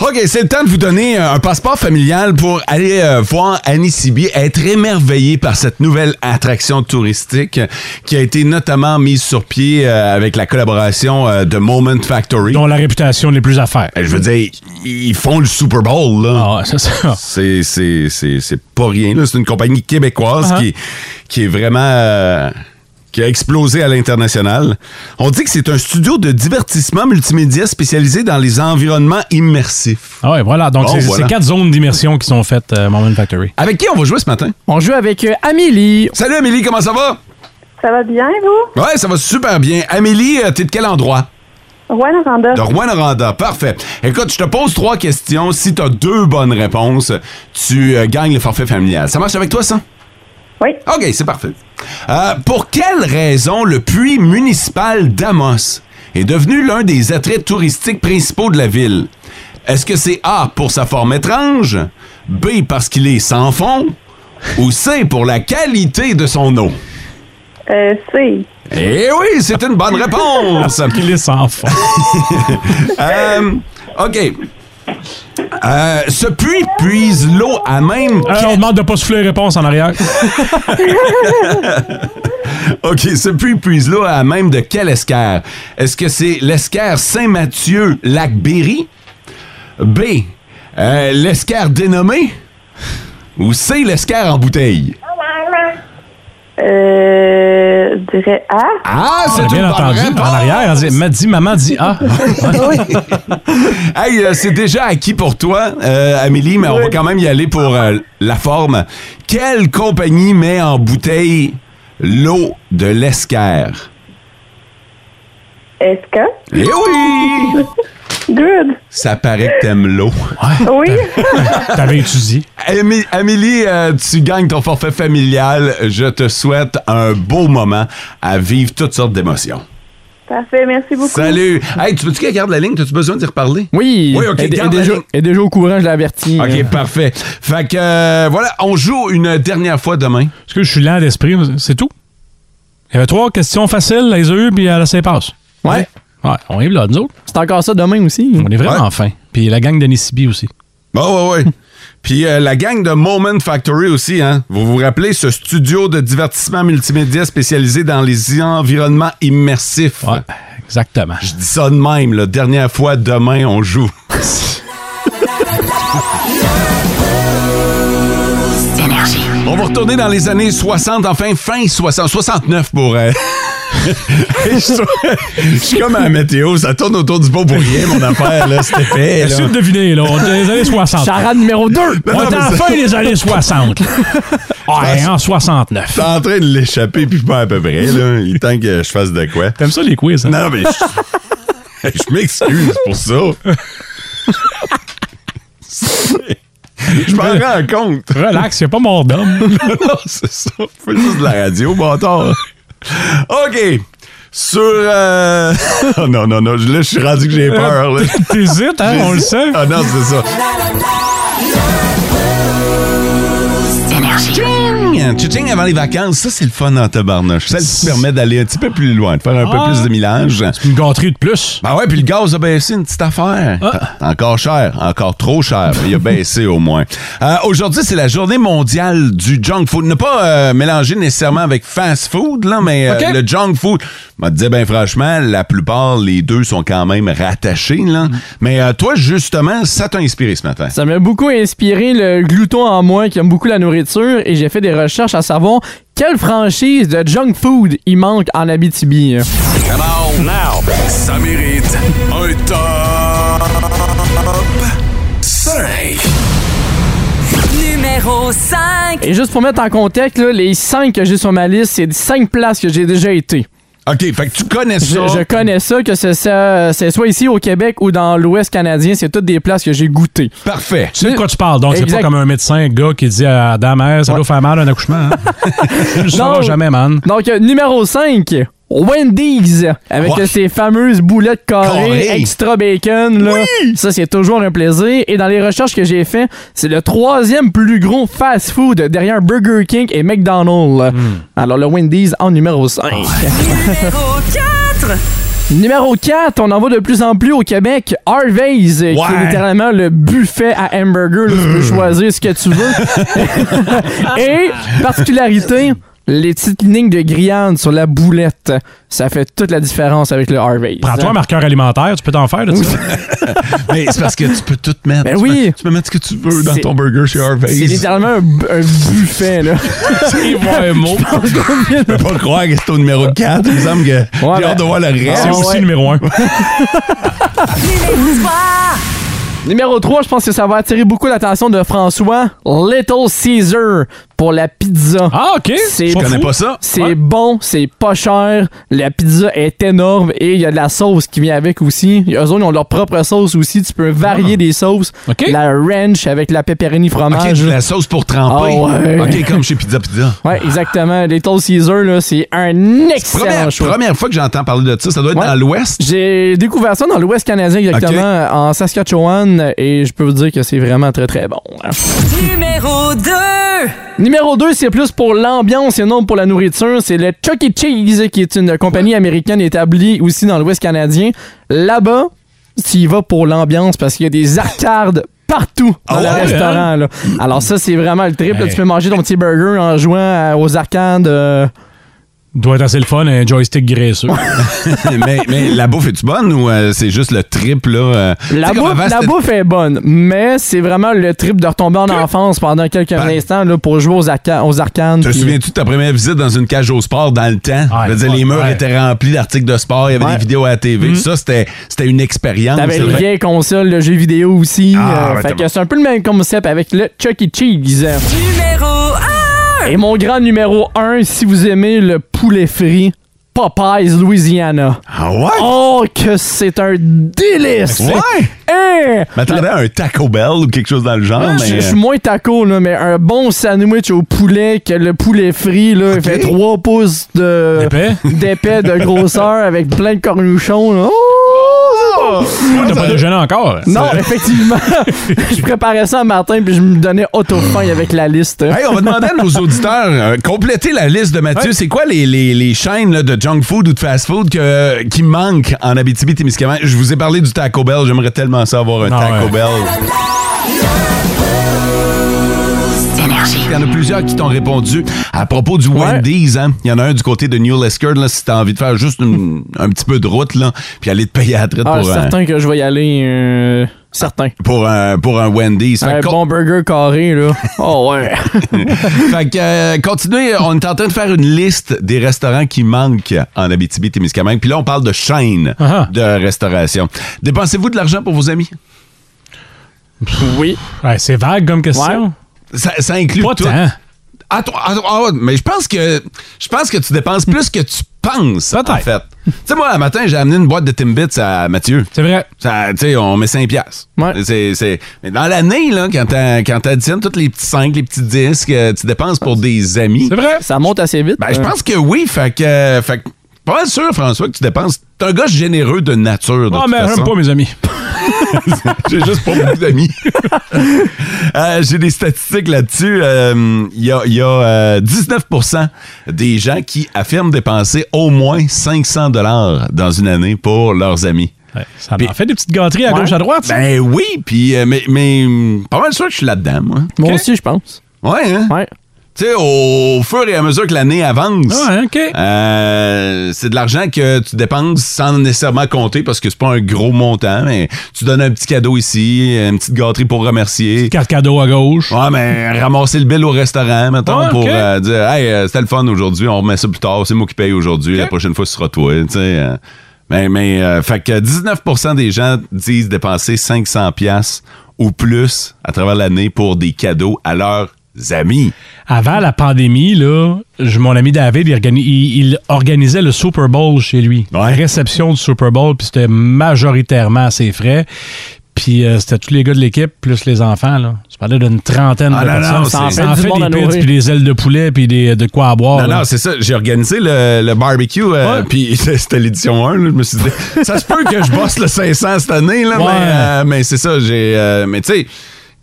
B: OK, c'est le temps de vous donner euh, un passeport familial pour aller euh, voir Anisibi, être émerveillé par cette nouvelle attraction touristique euh, qui a été notamment mise sur pied euh, avec la collaboration euh, de Moment Factory.
C: Dont la réputation n'est plus à faire.
B: Euh, je veux dire, ils font le Super Bowl, là.
C: Ah, ça, ça.
B: C'est, c'est, c'est, c'est pas rien. là. C'est une compagnie québécoise
C: Uh-huh.
B: qui, qui est vraiment. euh, qui a explosé à l'international. On dit que c'est un studio de divertissement multimédia spécialisé dans les environnements immersifs.
C: Ah ouais, voilà. Donc,
B: Bon,
C: c'est c'est
B: voilà.
C: quatre zones d'immersion qui sont faites à Moment Factory.
B: Avec qui on va jouer ce matin?
D: On joue avec euh, Amélie.
B: Salut Amélie, comment ça va?
K: Ça va bien, vous?
B: Ouais, ça va super bien. Amélie, euh, t'es de quel endroit?
K: Ouais, Naranda.
B: De Rouen-Noranda. Parfait. Écoute, je te pose trois questions. Si t'as deux bonnes réponses, tu euh, gagnes le forfait familial. Ça marche avec toi, ça?
K: Oui.
B: OK, c'est parfait. Euh, pour quelle raison le puits municipal d'Amos est devenu l'un des attraits touristiques principaux de la ville? Est-ce que c'est A pour sa forme étrange, B parce qu'il est sans fond, ou C pour la qualité de son eau?
K: Euh, c'est.
B: Eh oui, c'est une bonne réponse!
C: Qu'il est sans fond.
B: Euh, OK. Euh, ce puits puise l'eau à même...
C: Euh, on demande de pas souffler les réponses en arrière.
B: Ah, OK, ce puits puise l'eau à même de quel escarre? Est-ce que c'est l'escarre Saint-Mathieu-Lac-Berry? B. euh, l'escarre dénommé? Ou C. L'escarre en bouteille?
K: Euh, je dirais A.
B: Ah, c'est
C: On a
B: une
C: bien
B: bonne
C: entendu en
B: réponse!
C: arrière. Elle dit, m'a dit, maman dit, ah.
B: Hey, euh, c'est déjà acquis pour toi, euh, Amélie, mais on va quand même y aller pour euh, la forme. Quelle compagnie met en bouteille l'eau de l'escarre?
K: Est-ce que?
B: Eh oui!
K: Good.
B: Ça paraît que t'aimes l'eau.
K: Oui.
C: T'avais étudié.
B: Amé- Amélie, euh, tu gagnes ton forfait familial. Je te souhaite un beau moment à vivre toutes sortes d'émotions.
K: Parfait. Merci beaucoup.
B: Salut! Hey, tu veux-tu qu'elle garde la ligne? T'as-tu besoin d'y reparler?
D: Oui.
B: Oui, ok,
D: Elle- elle
B: garde la
D: déjà-
B: ligne.
D: elle est déjà au courant, je l'avertis.
B: OK,
D: Euh,
B: parfait. Fait que, euh, voilà, on joue une dernière fois demain.
C: Parce que je suis lent d'esprit, c'est tout. Il y avait trois questions faciles, les yeux, puis à la passe.
D: Ouais.
C: Ouais, on est là, nous autres.
D: C'est encore ça demain aussi.
C: On est vraiment
B: Ouais.
C: fin. Puis la gang de Nisibi aussi.
B: Bon, Bah ouais, ouais. Puis euh, la gang de Moment Factory aussi, hein. Vous vous rappelez ce studio de divertissement multimédia spécialisé dans les environnements immersifs.
C: Ouais, exactement.
B: Je dis ça de même, la dernière fois demain on joue. On va retourner dans les années 60, enfin fin 60, 69 pour. euh, je suis- je suis comme à la météo, ça tourne autour du pot pour rien, mon affaire, là, c'était fait.
C: Essayez de deviner, là. On est dans les années 60.
D: Charade numéro 2.
B: Non,
C: on est
B: mais
C: à la
B: c'est-
C: fin des années 60. là. Ouais, en 69.
B: T'es en train de l'échapper, puis pas à peu près, là. Il est temps que je fasse de quoi.
C: T'aimes ça, les quiz, hein?
B: Non, mais je, je m'excuse pour ça. Je m'en rends compte.
C: Relax, y a pas mort d'homme.
B: Non, c'est ça. Fais juste de la radio, bâtard. OK. Sur. euh, Oh non, non, non. Là, je suis rendu que j'ai peur. là.
C: T'hésites, hein? On le sait.
B: Ah non, c'est ça. Ching! Tchitching, tchitching avant les vacances, ça c'est le fun en tabarnouche. Ça te permet d'aller un petit peu plus loin, de faire un
C: Ah.
B: peu plus de millage.
C: C'est une gâterie de plus.
B: Ben ouais, puis le gaz a baissé une petite affaire. Ah, Encore cher, encore trop cher. Il a baissé au moins. Euh, Aujourd'hui, c'est la journée mondiale du junk food. Ne pas euh, mélanger nécessairement avec fast food, là, mais euh,
C: OK.
B: le junk food, je vais te dire, ben franchement, la plupart, les deux sont quand même rattachés. Là.
D: Mm.
B: Mais euh, toi, justement, ça t'a inspiré ce matin.
D: Ça m'a beaucoup inspiré le glouton en moi qui aime beaucoup la nourriture et j'ai fait des recherches à savoir quelle franchise de junk food il manque en Abitibi.
E: Come on. Now. Ça mérite un top 5.
I: Numéro 5.
D: Et juste pour mettre en contexte, là, les 5 que j'ai sur ma liste, c'est 5 places que j'ai déjà été.
B: OK, fait que tu connais
D: Je,
B: ça.
D: je connais ça, que c'est ça- c'est soit ici au Québec ou dans l'Ouest canadien, c'est toutes des places que j'ai goûtées.
B: Parfait.
C: Tu sais de quoi tu parles, donc c'est
D: Exact.
C: pas comme un médecin gars qui dit à la dame, Hey, ça doit faire mal un accouchement. hein? Je Ça va
D: Non.
C: jamais, man.
D: Donc, euh, numéro 5, Wendy's, avec
C: Ouais.
D: ses fameuses boulettes carrées,
C: Carrées.
D: extra bacon. Là. Ça, c'est toujours un plaisir. Et dans les recherches que j'ai faites, c'est le troisième plus gros fast-food derrière Burger King et McDonald's.
C: Hmm.
D: Alors, le Wendy's en numéro 5.
I: Numéro 4.
D: Numéro 4, on en voit de plus en plus au Québec, Harvey's, qui est littéralement le buffet à hamburger. là,
C: Euh.
D: tu peux choisir ce que tu veux. Et, particularité, les petites lignes de grillade sur la boulette. Ça fait toute la différence avec le Harvey's.
C: Prends-toi un marqueur alimentaire, tu peux t'en faire de ça.
B: Mais c'est parce que tu peux tout mettre.
D: Ben
B: tu,
D: oui.
B: peux, tu peux mettre ce que tu veux dans
D: C'est-
B: ton burger chez
D: C'est
B: Harvey's.
D: littéralement un, bu- un buffet, là.
C: C'est un mot.
B: Je peux pas croire que c'est au numéro 4. Il me semble que j'ai
D: ben,
B: hâte de voir le reste.
C: C'est aussi numéro 1.
I: Numéro 3.
D: Numéro 3, je pense que ça va attirer beaucoup l'attention de François. Little Caesar pour la pizza.
C: Ah, OK.
D: C'est-
C: Je
D: Je
B: connais pas ça.
D: C'est
C: Ouais.
D: bon, c'est pas cher, la pizza est énorme et il y a de la sauce qui vient avec aussi. Eux autres, ils ont leur propre sauce aussi, tu peux varier des sauces.
C: Ah. OK.
D: La ranch avec la pepperoni
B: OK,
D: fromage.
B: de la sauce pour tremper.
D: Ah ouais.
B: OK, comme chez Pizza Pizza.
D: Ouais, exactement. Les Toast Caesar, là, c'est un excellent
B: Première,
D: choix.
B: première fois que j'entends parler de ça, ça doit être
D: Ouais.
B: dans l'Ouest.
D: J'ai découvert ça dans l'Ouest canadien exactement, en Saskatchewan, et je peux vous dire que c'est vraiment très très bon.
I: Numéro 2.
D: Numéro 2, c'est plus pour l'ambiance et non pour la nourriture. C'est le Chuck E. Cheese, qui est une compagnie américaine établie aussi dans l'Ouest canadien. Là-bas, tu y vas pour l'ambiance parce qu'il y a des arcades partout dans
B: Ah
D: le
B: ouais,
D: restaurant. là. Alors ça, c'est vraiment le trip. là. Tu peux manger ton petit burger en jouant à- aux arcades. euh,
C: Doit être assez le fun, un joystick graisseux.
B: mais, mais la bouffe est-tu bonne ou euh, c'est juste le trip, là? euh, tu
D: La,
B: sais, comme
D: bouffe,
B: avant,
D: la
B: c'était-
D: bouffe est bonne, mais c'est vraiment le trip de retomber en enfance pendant quelques instants là, pour jouer aux, arca- aux arcanes.
B: Ben. Te
D: puis-
B: souviens-tu de ta première visite dans une cage au sport dans le temps?
C: Ouais,
B: Je veux dire,
C: ouais,
B: les murs
C: ouais.
B: étaient remplis d'articles de sport, il y avait
D: Ouais. Mm-hmm.
B: des vidéos à la TV. Ça, c'était c'était une expérience.
D: T'avais
B: Ah, c'est
D: le
B: vrai.
D: vieille console, le jeu vidéo aussi.
B: Ah,
D: euh,
B: ben,
D: fait
B: t'as-
D: que c'est un peu le même concept avec le Chuck E. Cheese.
I: Numéro 1.
D: Et mon grand numéro 1, si vous aimez le poulet frit, Popeyes Louisiana.
B: Ah ouais?
D: Oh, que c'est un délice!
B: Ouais!
D: Hein?
B: M'attendais à un Taco Bell ou quelque chose dans le genre,
D: Je
B: Ah, mais... euh,
D: je suis moins taco, là, mais un bon sandwich au poulet que le poulet frit, là, il fait 3 pouces de...
C: Épais?
D: d'épais de grosseur avec plein de cornichons. là. Oh,
B: euh,
D: c'est bon.
C: T'as pas déjeuné encore?
D: Non, effectivement. je préparais ça un matin puis je me donnais auto-faim avec la liste. Ah,
B: Hey, on va demander à nos auditeurs, euh, compléter la liste de Mathieu. C'est quoi les, les- les chaînes là, de junk food ou de fast food que- euh, qui manquent en Abitibi-Témiscamingue? Je vous ai parlé du Taco Bell. J'aimerais tellement ça avoir un
C: Ah
B: Taco
C: ouais.
B: Bell. Il y en a plusieurs qui t'ont répondu à propos du Wendy's. hein. Il y en a un du côté de New Lescard. Là, si t'as envie de faire juste une- un petit peu de route, là, puis aller te payer à la traite
D: Ah,
B: pour, un,
D: certain que je vais y aller. euh, certain.
B: pour, un, pour un Wendy's. Fait
D: Un
B: que-
D: bon burger carré, là. Oh, ouais.
B: fait que, euh, continuez, on est en train de faire une liste des restaurants qui manquent en Abitibi-Témiscamingue. Puis là, on parle de chaîne
C: Ah ah.
B: de restauration. Dépensez-vous de l'argent pour vos amis?
D: oui.
C: Ouais, c'est vague comme question.
B: Ça, ça inclut
C: Pas
B: tout.
C: tant.
B: Attends, attends, ah ouais, mais je pense que je pense que tu dépenses plus que tu penses, en
C: Peut-être.
B: fait. Tu sais, moi, le matin, j'ai amené une boîte de Timbits à Mathieu.
C: C'est vrai.
B: Ça, tu sais, on met 5 piastres.
D: Ouais.
B: C'est- c'est- Mais dans l'année, là, quand t'as- quand t'additionnes tous les petits 5, les petits 10 que tu dépenses pour des amis,
C: C'est vrai.
D: Ça monte assez vite. euh,
B: Ben, je pense que oui. Fait que, euh, fait que, pas mal sûr, François, que tu dépenses. T'es un gars généreux de nature. De
C: Ah,
B: toute
C: mais
B: façon.
C: j'aime pas mes amis.
B: J'ai juste pas beaucoup d'amis. Euh, J'ai des statistiques là-dessus. Euh, Il y a, il y a, euh, 19 des gens qui affirment dépenser au moins 500 dollars dans une année pour leurs amis.
C: ça en fait des petites gâteries à gauche, à droite, ça.
B: Ben oui, puis euh, mais, mais hum, pas mal sûr que je suis là-dedans, moi.
D: Moi aussi, je pense.
B: Ouais, hein?
D: Ouais.
B: Tu sais, au fur et à mesure que l'année avance,
C: Ouais, Ah, hein, OK.
B: euh, c'est de l'argent que tu dépenses sans nécessairement compter parce que c'est pas un gros montant, mais tu donnes un petit cadeau ici, une petite gâterie pour remercier.
C: Carte cadeau à gauche.
B: Ouais, mais ramasser le bill au restaurant, mettons,
C: Ouais,
B: pour
C: ok.
B: euh, dire Hey, euh, c'était le fun aujourd'hui, on remet ça plus tard, c'est moi qui paye aujourd'hui, la prochaine fois ce sera toi. Tu sais, euh, mais mais euh, fait que 19 des gens disent dépenser 500$ piastres ou plus à travers l'année pour des cadeaux à leurs amis.
C: Avant la pandémie, là, je- mon ami David, il, organi- il- il organisait le Super Bowl chez lui. La réception du Super Bowl, puis c'était majoritairement à ses frais. Puis euh, c'était tous les gars de l'équipe, plus les enfants. Là. Tu parlais d'une trentaine
B: Ah
C: de
B: non,
C: personnes.
B: non,
C: ça en
B: c'est-
C: fait,
B: du
C: des
B: monde à
C: pizza,
B: nourrir.
C: puis des ailes de poulet, puis des, de quoi à boire.
B: Ah Non,
C: là.
B: non, c'est ça. J'ai organisé le, le barbecue, euh, puis c'était l'édition 1. là. je me suis dit, ça se peut que je bosse le 500 cette année, là,
C: Ouais.
B: mais, euh, mais c'est ça. J'ai, euh, mais tu sais,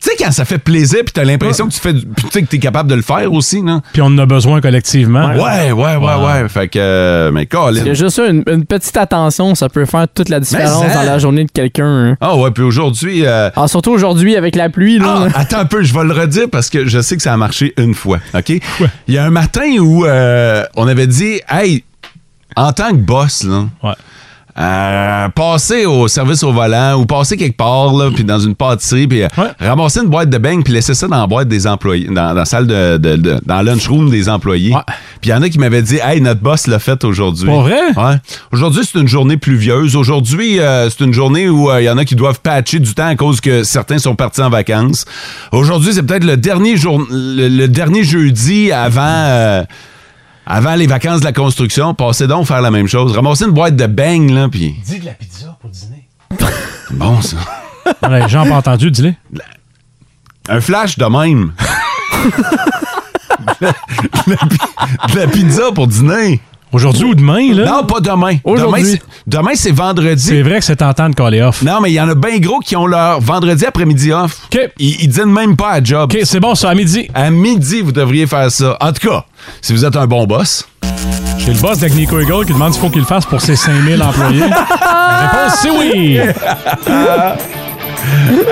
B: tu sais, quand ça fait plaisir, puis t'as l'impression que tu fais, du- puis tu sais, que t'es capable de le faire aussi, non?
C: Puis on en a besoin collectivement.
B: Ouais, ouais, ouais, ouais. Fait que, euh, mais
D: Parce que
B: Colin.
D: juste ça, une, une petite attention, ça peut faire toute la différence
B: Mais ça-
D: dans la journée de quelqu'un. hein.
B: Ah ouais, puis aujourd'hui. euh,
D: Ah, surtout aujourd'hui avec la pluie. Là.
B: Ah, attends un peu, je vais le redire parce que je sais que ça a marché une fois, OK? Il y a un matin où euh, on avait dit, hey, en tant que boss, là, euh, passer au service au volant ou passer quelque part, là, puis dans une pâtisserie, puis euh, ramasser une boîte de beignes, puis laisser ça dans la boîte des employés, dans, dans la salle de, de- de- dans le lunchroom des employés. Puis il y en a qui m'avaient dit, hey, notre boss l'a fait aujourd'hui.
C: Pas vrai?
B: Ouais. Aujourd'hui, c'est une journée pluvieuse. Aujourd'hui, euh, c'est une journée où euh, il y en a qui doivent patcher du temps à cause que certains sont partis en vacances. Aujourd'hui, c'est peut-être le dernier jour, le, le dernier jeudi avant. euh, avant les vacances de la construction, passez donc faire la même chose. Ramasser une boîte de beignes, là, puis...
C: Dis de la pizza pour dîner.
B: Bon, ça.
C: Les gens n'ont pas entendu, dis-le.
B: Un flash de même. de, la, de la pi- de la pizza pour dîner.
C: Aujourd'hui ou demain, là?
B: Non, pas demain.
C: Aujourd'hui.
B: Demain, c'est- Demain, c'est vendredi.
C: C'est vrai que c'est tentant de coller off.
B: Non, mais il y en a bien gros qui ont leur vendredi après-midi off. Ils, ils dînent même pas à job. OK,
C: c'est bon, ça, à midi.
B: À midi, vous devriez faire ça. En tout cas, si vous êtes un bon boss.
C: C'est le boss d'Agnico Eagle qui demande s'il faut qu'il le fasse pour ses 5000 employés. La réponse, c'est oui!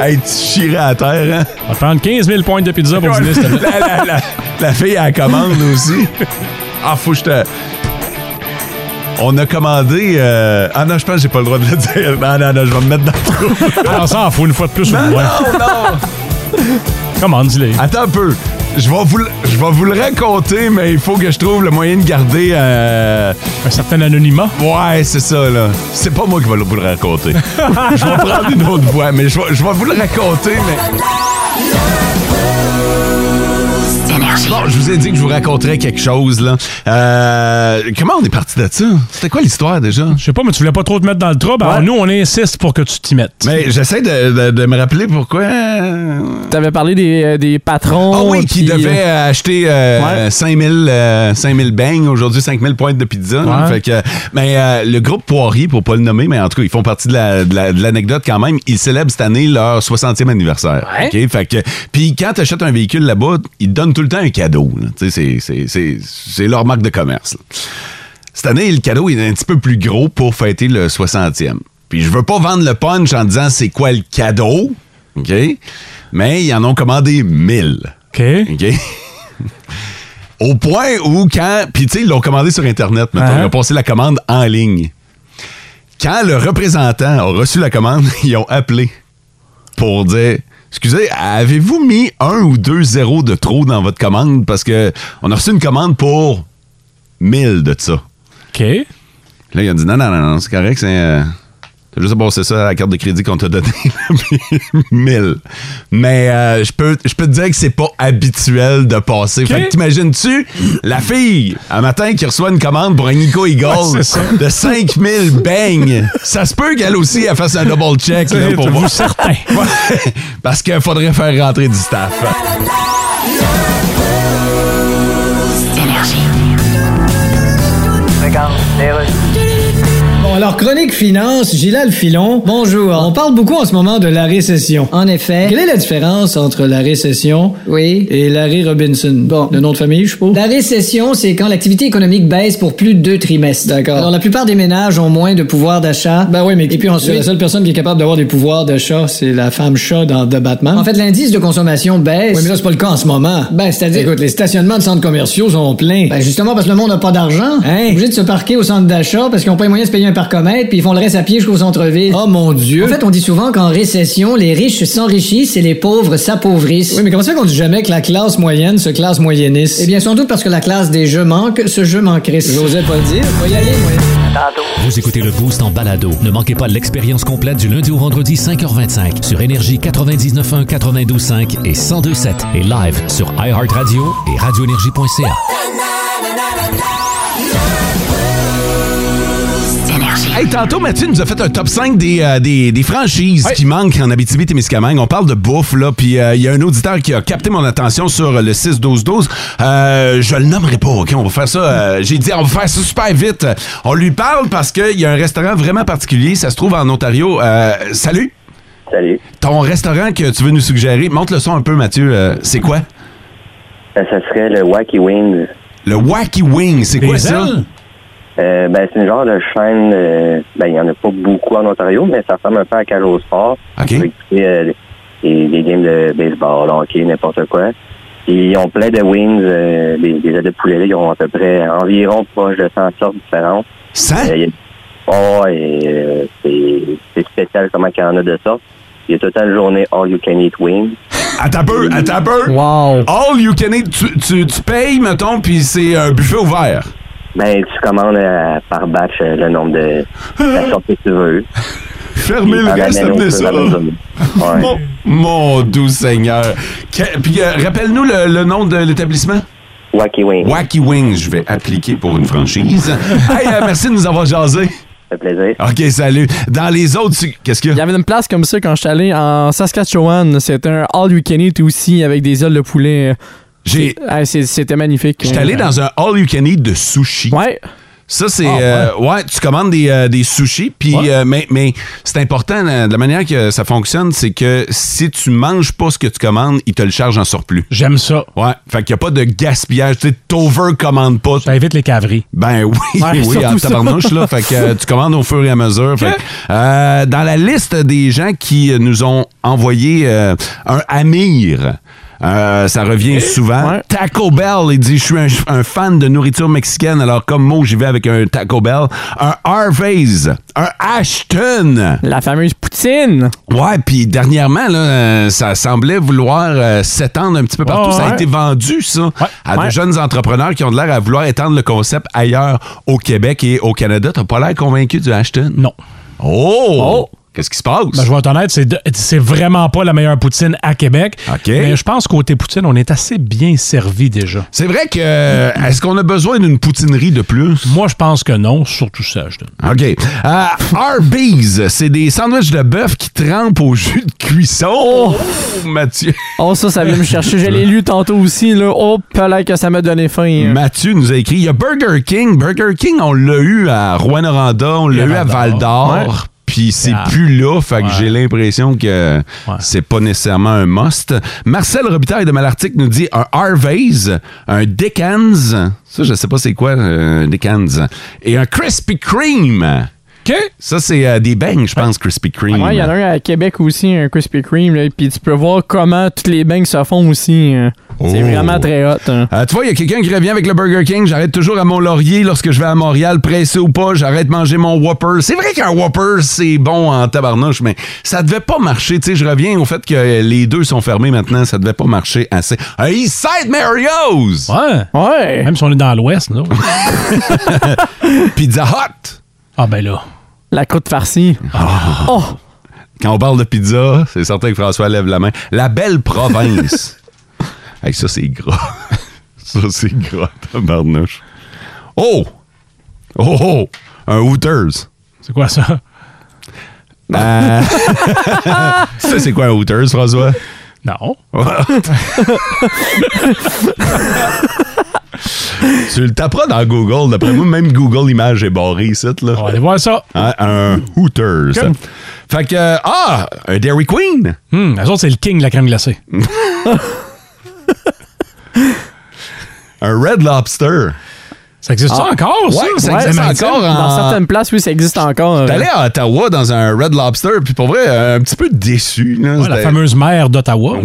B: hey, tu chierais à terre, hein?
C: On va prendre 15 000 pointes de pizza pour dîner, s'il te plaît.
B: la, la- la- la fille à la commande aussi. Ah, faut que je te. On a commandé. euh, Ah non, je pense que j'ai pas le droit de le dire. Non, non, non, je vais me mettre dans le trou.
C: Ah, on s'en fout une fois de plus ou
B: Non,
C: moins.
B: non, non.
C: Comment, dis-le.
B: Attends un peu. Je vais, vous, le- je vais vous le raconter, mais il faut que je trouve le moyen de garder. euh,
C: Un certain anonymat.
B: Ouais, c'est ça, là. C'est pas moi qui vais le- vous le raconter. je vais prendre une autre voix, mais je vais, je vais vous le raconter, mais. Bon, je vous ai dit que je vous raconterais quelque chose, là. Euh, comment on est parti de ça? C'était quoi l'histoire déjà?
C: Je sais pas, mais tu voulais pas trop te mettre dans le trouble. Alors, nous, on insiste pour que tu t'y mettes.
B: Mais j'essaie de, de- de me rappeler pourquoi.
D: T'avais parlé des, euh, des patrons.
B: Ah oui, qui
D: puis-
B: devait euh, acheter euh, 5000, euh, 5000 beignes, aujourd'hui 5000 pointes de pizza. là.
D: Ouais.
B: Fait que, mais euh, le groupe Poirier, pour pas le nommer, mais en tout cas, ils font partie de la- de la- de l'anecdote quand même, ils célèbrent cette année leur 60e anniversaire. OK? Fait que, puis quand tu achètes un véhicule là-bas, ils te donnent tout le temps un cadeau. là. Tu sais, C'est c'est- c'est- c'est leur marque de commerce. là. Cette année, le cadeau est un petit peu plus gros pour fêter le 60e. Puis je veux pas vendre le punch en disant c'est quoi le cadeau, OK? Mais ils en ont commandé 1000.
C: OK.
B: Au point où quand... Puis tu sais, ils l'ont commandé sur Internet, maintenant.
C: Uh-huh.
B: Ils ont passé la commande en ligne. Quand le représentant a reçu la commande, ils ont appelé pour dire... Excusez, avez-vous mis un ou deux zéros de trop dans votre commande? Parce que on a reçu une commande pour 1000 de ça.
C: OK.
B: Là, il a dit non, non, non, non, c'est correct, c'est. euh, T'as juste à passer ça à la carte de crédit qu'on t'a donnée, puis 1000. Mais euh, je peux, je peux te dire que c'est pas habituel de passer. Fait que t'imagines-tu la fille, un matin, qui reçoit une commande pour un Nico Eagle
C: Ouais, c'est ça.
B: de 5000 beignes, ça se peut qu'elle aussi elle fasse un double check là,
C: C'est-
B: pour
C: vous
B: voir.
C: certain.
B: Ouais, parce qu'il faudrait faire rentrer du staff.
G: Regarde, les rues.
F: Bon, alors, chronique finance, Gilal Filon. Bonjour. On parle beaucoup en ce moment de la récession. En effet. Quelle est la différence entre la récession oui. et Larry Robinson? Bon, le nom de famille, je suppose. La récession, c'est quand l'activité économique baisse pour plus de deux trimestres. D'accord. Alors, la plupart des ménages ont moins de pouvoir d'achat. Ben oui, mais... Et puis ensuite, la seule personne qui est capable d'avoir des pouvoirs d'achat, c'est la femme chat dans The Batman. En fait, l'indice de consommation baisse. Oui, mais là, c'est pas le cas en ce moment. Ben, c'est-à-dire... Écoute, les stationnements de centres commerciaux sont pleins. Ben, justement, parce que le monde n'a pas d'argent. Hein? Obligé de se parquer au centre d'achat parce qu'ils n'ont pas les moyens de se payer un parcomètre, puis ils font le reste à pied jusqu'au centre-ville. Oh mon Dieu! En fait, on dit souvent qu'en récession, les riches s'enrichissent et les pauvres s'appauvrissent. Oui, mais comment ça qu'on dit jamais que la classe moyenne se classe moyenniste? Eh bien, sans doute parce que la classe des jeux manque, ce jeu manquerait. J'osais pas le dire. Faut y aller, moi.
A: Vous écoutez le Boost en balado. Ne manquez pas l'expérience complète du lundi au vendredi 5h25 sur Énergie 99.1, 92.5 et 102.7 et live sur iHeartRadio et radioénergie.ca.
B: Hey, tantôt, Mathieu nous a fait un top 5 des, euh, des, des franchises qui manquent en Abitibi-Témiscamingue. On parle de bouffe, là, puis euh, il y a un auditeur qui a capté mon attention sur le 6-12-12. Euh, je le nommerai pas, OK? On va faire ça. euh, J'ai dit, on va faire ça super vite. On lui parle parce qu'il y a un restaurant vraiment particulier. Ça se trouve en Ontario. Euh, salut!
L: Salut.
B: Ton restaurant que tu veux nous suggérer, monte le son un peu, Mathieu. Euh, c'est quoi?
L: Euh, ça serait le Wacky Wings.
B: Le Wacky Wing, c'est quoi ça?
L: Euh, ben, c'est une genre de chaîne, euh, ben, il n'y en a pas beaucoup en Ontario, mais ça ressemble un peu à Cage au sport. OK. des, des euh, games de baseball, de hockey, n'importe quoi. Et ils ont plein de wings, euh, des, des ailes de poulet, là, ils ont à peu près environ proche de 100 sortes différentes.
B: Ça?
L: oh, et, euh, c'est c'est spécial comment il y en a de sortes. Il y a toute la journée all you can eat wings.
B: Attends un peu, attends un peu. Wow. All you can eat, tu, tu, tu payes, mettons, puis c'est un buffet ouvert.
L: Ben, tu commandes euh, par batch euh, le nombre de la sorte que tu veux.
B: Euh, Fermez le
L: Dans la
B: reste,
L: même-
B: amenez
L: dans
B: ça. Oh,
L: la même journée. Ouais.
B: Mon, mon doux Seigneur. Que- puis euh, rappelle-nous le, le nom de l'établissement.
L: Wacky Wings.
B: Wacky Wings, je vais appliquer pour une franchise. hey, euh, merci de nous avoir jasé.
L: Ça fait plaisir.
B: OK, salut. Dans les autres, tu- qu'est-ce qu'il y a?
D: Il y avait une place comme ça quand je suis allé en Saskatchewan. C'était un all you can eat aussi avec des ailes de poulet.
B: J'ai-
D: Ah, c'est- C'était magnifique.
B: Je suis allé dans un all you can eat de sushi.
D: Ouais.
B: Ça, c'est. euh, ouais. tu commandes des, euh, des sushis, puis. euh, mais mais c'est important, euh, de la manière que ça fonctionne, c'est que si tu manges pas ce que tu commandes, ils te le chargent en surplus.
C: J'aime ça.
B: Ouais. Fait qu'il n'y a pas de gaspillage. Tu sais, t'over-commandes pas. Ça
C: évite les caveries.
B: Ben oui,
C: Ouais,
B: oui,
C: surtout
B: en
C: ça.
B: tabarnouche, là. Fait que euh, tu commandes au fur et à mesure. Fait que, euh, dans la liste des gens qui euh, nous ont envoyé euh, un Amir. euh, ça
C: Eh?
B: revient souvent. Taco Bell, il dit, je suis un, un fan de nourriture mexicaine, alors comme mot, j'y vais avec un Taco Bell. Un Harvey's, un Ashton.
D: La fameuse poutine.
B: Ouais, puis dernièrement, là, euh, ça semblait vouloir euh, s'étendre un petit peu partout.
C: Ouais,
B: ça a
C: ouais.
B: été vendu, ça, à
C: ouais.
B: de jeunes entrepreneurs qui ont de l'air à vouloir étendre le concept ailleurs au Québec et au Canada. T'as pas l'air convaincu du Ashton?
C: Non.
B: Oh! Qu'est-ce qui se passe?
C: Ben, je vais être honnête, c'est de- c'est vraiment pas la meilleure poutine à Québec.
B: OK.
C: Mais je pense côté poutine, on est assez bien servi déjà.
B: C'est vrai que. euh, Est-ce qu'on a besoin d'une poutinerie de plus?
C: Moi, je pense que non, surtout ça, je donne.
B: OK. Euh, Arby's, c'est des sandwichs de bœuf qui trempent au jus de cuisson. Oh, Mathieu.
D: Oh, ça, ça vient me chercher. Je l'ai lu tantôt aussi. Là. Oh, peut que ça m'a donné faim.
B: Mathieu nous a écrit, il y a Burger King. Burger King, on l'a eu à Rouen-Oranda, on l'a eu à Val
C: Ouais.
B: d'Or. Puis c'est
D: Ah.
B: plus là, fait que j'ai l'impression que c'est pas nécessairement un must. Marcel Robitaille de Malartic nous dit un Harvey's, un Decans, ça je sais pas c'est quoi euh, un Decans, et un Krispy Kreme. Ça c'est euh, des beignes, je pense, Krispy Kreme.
D: Ouais, il y en a un à Québec aussi, un Krispy Kreme. là, Puis tu peux voir comment toutes les bangs se font aussi. hein. C'est
B: Oh.
D: vraiment très hot. hein.
B: Euh, tu vois, il y a quelqu'un qui revient avec le Burger King. J'arrête toujours à mon laurier lorsque je vais à Montréal, pressé ou pas. J'arrête de manger mon Whopper. C'est vrai qu'un Whopper, c'est bon en tabarnouche, mais ça devait pas marcher. Tu sais, je reviens au fait que euh, les deux sont fermés maintenant. Ça devait pas marcher assez. Un Eastside Mario's!
C: Ouais.
D: Ouais.
C: Même si on est dans l'Ouest, non?
B: Pizza Hut!
C: Ah, ben là.
D: La croûte farcie.
B: Ah.
D: Oh!
B: Quand on parle de pizza, c'est certain que François lève la main. La belle province. hey, ça, c'est gras. ça, c'est gras, tabarnouche. Oh! Oh, oh! Un Hooters.
C: C'est quoi ça?
B: Euh, ça, c'est quoi un Hooters, François?
C: Non.
B: tu Tu le taperas dans Google. D'après moi, même Google Images est barré ici. Là. On va aller voir ça. Un, Hooters.
C: Comme-
B: Fait que, euh, ah, un Dairy Queen.
C: Hum, eux autres, c'est le king de la crème glacée.
B: un Red Lobster.
C: Ça existe
B: Ah, ouais, ça existe encore en-
D: Dans certaines places, oui, ça existe encore.
B: T'es allé à Ottawa dans un Red Lobster, puis pour vrai, euh, un petit peu déçu. là.
C: la
B: C'était-
C: fameuse mère d'Ottawa.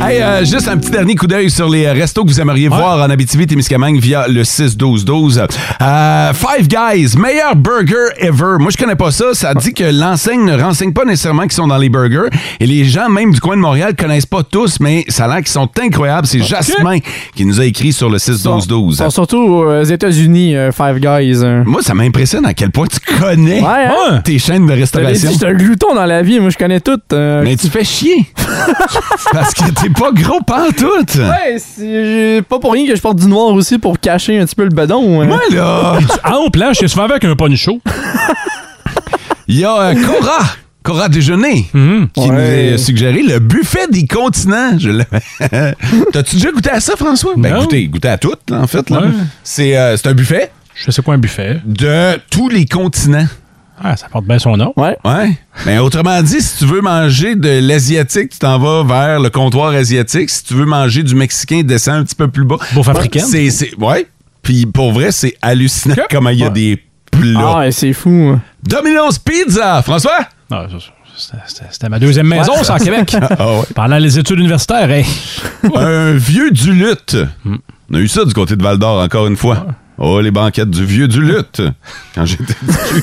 B: Hey, euh, juste un petit dernier coup d'œil sur les euh, restos que vous aimeriez voir en Abitibi-Témiscamingue via le 6-12-12. Euh, Five Guys, meilleur burger ever. Moi, je connais pas ça. Ça dit que l'enseigne ne renseigne pas nécessairement qu'ils sont dans les burgers. Et les gens, même du coin de Montréal, connaissent pas tous, mais ça a l'air qu'ils sont incroyables. C'est Jasmin qui nous a écrit sur le 6-12-12.
D: Sont surtout aux États-Unis, euh, Five Guys.
B: Moi, ça m'impressionne à quel point tu connais
D: Ouais, hein?
B: tes chaînes de
D: Je te l'ai dit,
B: restauration.
D: je suis un glouton dans la vie. Moi, je connais tout. euh,
B: Mais tu fais chier. Parce que t'es pas gros pantoute.
D: Ouais, c'est pas pour rien que je porte du noir aussi pour cacher un petit peu le bedon. hein.
B: Moi, là!
C: Ah, on planche, c'est souvent avec un poncho.
B: Il y a euh, Cora, Cora Déjeuner,
C: Hmm,
B: qui nous a suggéré le buffet des continents. Je l'ai- T'as-tu déjà goûté à ça, François? Ben,
C: Non.
B: goûté, goûté à tout, là, en fait. là.
C: Ouais.
B: C'est euh, c'est un buffet
C: Je sais quoi un buffet.
B: de tous les continents.
C: Ah, ça porte bien son nom.
D: Ouais.
B: Ouais. Mais autrement dit, si tu veux manger de l'asiatique, tu t'en vas vers le comptoir asiatique. Si tu veux manger du mexicain, descends un petit peu plus bas.
C: Bouffe africaine.
B: C'est, c'est- ouais. Puis pour vrai, c'est hallucinant comment il y a des plats.
D: Ah, ouais, c'est fou.
B: Domino's Pizza, François?
C: Ah, ça, ça, c'était- C'était ma deuxième maison,
B: Ouais.
C: ça, à Québec.
B: Ah ouais.
C: Pendant les études universitaires, hey.
B: un vieux du lutte. On a eu ça du côté de Val d'Or, encore une fois. Oh, les banquettes du vieux du lutte. Quand j'étais dessus.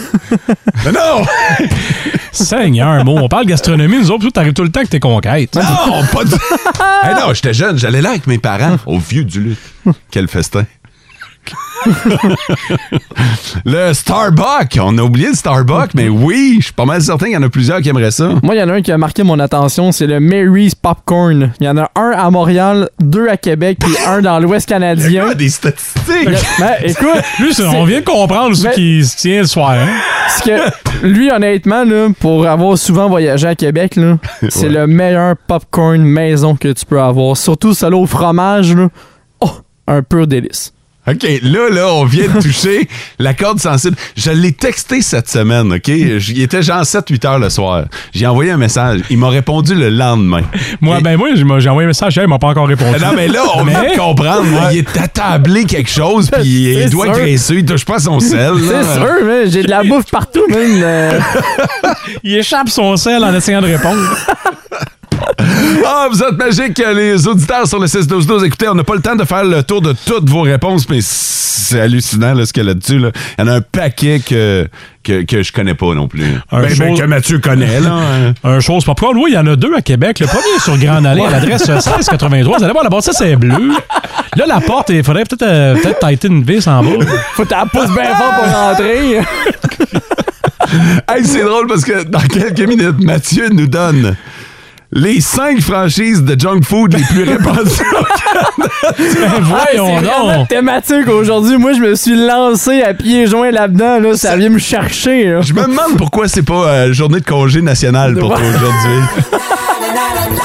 B: Mais non!
C: Seigneur, mot. On parle gastronomie, nous autres, t'arrives tout le temps que t'es conquête.
B: Non, pas du... Hey, non, j'étais jeune, j'allais là avec mes parents, au vieux du lutte. Quel festin. le Starbucks, on a oublié le Starbucks, mais oui, je suis pas mal certain qu'il y en a plusieurs qui aimeraient ça.
D: Moi, il y en a un qui a marqué mon attention, c'est le Mary's Popcorn. Il y en a un à Montréal, deux à Québec, puis un dans l'Ouest canadien.
B: Ah, des statistiques!
D: Ben, écoute,
C: Lui, c'est- on vient de comprendre ce
D: Ben-
C: qui se tient le soir. hein.
D: parce que lui, honnêtement, là, pour avoir souvent voyagé à Québec, là, c'est le meilleur popcorn maison que tu peux avoir. Surtout celui au fromage, là. Oh, un pur délice.
B: OK, là, là, on vient de toucher la corde sensible. Je l'ai texté cette semaine, OK? J- Il était genre 7-8 heures le soir. J'ai envoyé un message. Il m'a répondu le lendemain.
C: Moi, ben moi, j'ai j'ai envoyé un message, hier, il m'a pas encore
D: ben,
C: répondu.
B: Non, mais là, on vient de comprendre. là, il est attablé quelque chose, puis
D: C'est
B: il doit
D: sûr.
B: graisser. Il touche pas à son sel.
D: C'est
B: là.
D: sûr, mais j'ai de la bouffe partout, même. euh.
C: Il échappe son sel en essayant de répondre.
B: Ah, vous êtes magique, les auditeurs sur le 6-12-12. Écoutez, on n'a pas le temps de faire le tour de toutes vos réponses, mais c'est hallucinant là, ce qu'il y a là-dessus. là. Il y en a un paquet que, que, que je connais pas non plus.
C: Un
B: Ben, ben,
C: chose-
B: que Mathieu connaît, là. hein.
C: Un chose pas Oui, il y en a deux à Québec. Le premier est sur Grande Allée, à l'adresse 1683. Vous allez voir, la bâtisse c'est bleu. Là, la porte, il faudrait peut-être euh, peut-être tighter une vis en bas.
D: Faut que t'en pousses bien fort pour rentrer.
B: Hey, c'est drôle parce que dans quelques minutes, Mathieu nous donne les cinq franchises de junk food les plus répandues.
C: Ben, voyons
D: Ah, C'est vraiment
C: donc!
D: thématique aujourd'hui. Moi, je me suis lancé à pieds joints là-dedans. Là, ça vient me chercher. là.
B: Je me demande pourquoi c'est pas euh, journée de congé nationale pour toi aujourd'hui.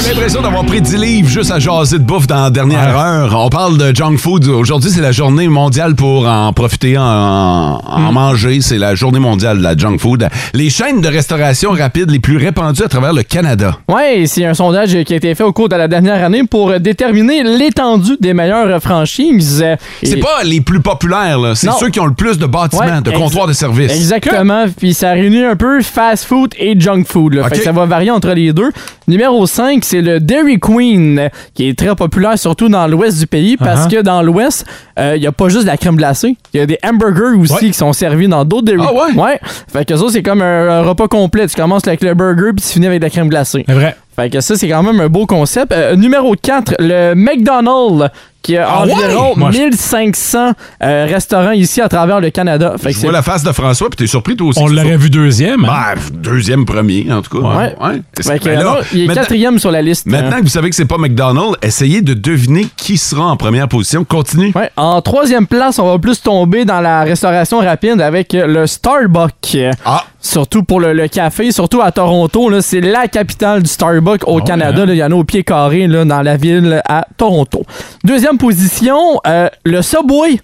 B: J'ai l'impression d'avoir pris 10 livres juste à jaser de bouffe dans la dernière heure. On parle de junk food. Aujourd'hui, c'est la journée mondiale pour en profiter, en, en manger. C'est la journée mondiale de la junk food. Les chaînes de restauration rapide les plus répandues à travers le Canada.
D: Ouais, c'est un sondage qui a été fait au cours de la dernière année pour déterminer l'étendue des meilleures franchises. Euh,
B: C'est
D: et-
B: pas les plus populaires, là. C'est
D: Non.
B: ceux qui ont le plus de bâtiments,
D: Ouais,
B: de
D: exa-
B: comptoirs de service.
D: Exactement. Puis ça réunit un peu fast food et junk food. là. Fait
B: Ok.
D: que ça va varier entre les deux. Numéro 5, c'est le Dairy Queen, euh, qui est très populaire surtout dans l'ouest du pays parce
C: Uh-huh.
D: que dans l'ouest, euh, il n'y a pas juste de la crème glacée. Il y a des hamburgers aussi
C: Ouais.
D: qui sont servis dans d'autres Dairy
B: Ah ouais?
D: Fait que ça, c'est comme un, un repas complet. Tu commences avec le burger puis tu finis avec de la crème glacée.
C: C'est vrai.
D: Fait que ça, c'est quand même un beau concept. Euh, numéro 4, le McDonald's, qui a
B: Ah ouais?
D: environ
C: Moi, je-
D: 1500 euh, restaurants ici à travers le Canada. Fait que
B: Je
D: c'est
B: vois la face de François, puis t'es surpris, toi aussi.
C: On l'aurait vu deuxième. hein?
B: Bah, deuxième, premier, en tout cas.
D: Ouais.
B: C'est-
D: Fait que,
B: ben là,
D: non, il est
B: maintenant,
D: quatrième sur la liste.
B: maintenant que vous savez que c'est pas McDonald's, essayez de deviner qui sera en première position. Continue.
D: Ouais. En troisième place, on va plus tomber dans la restauration rapide avec le Starbucks.
B: Ah,
D: Surtout pour le, le café, surtout à Toronto, là, c'est la capitale du Starbucks au Canada. là. Il y en a au pied carré là, dans la ville à Toronto. Deuxième position, euh, le Subway.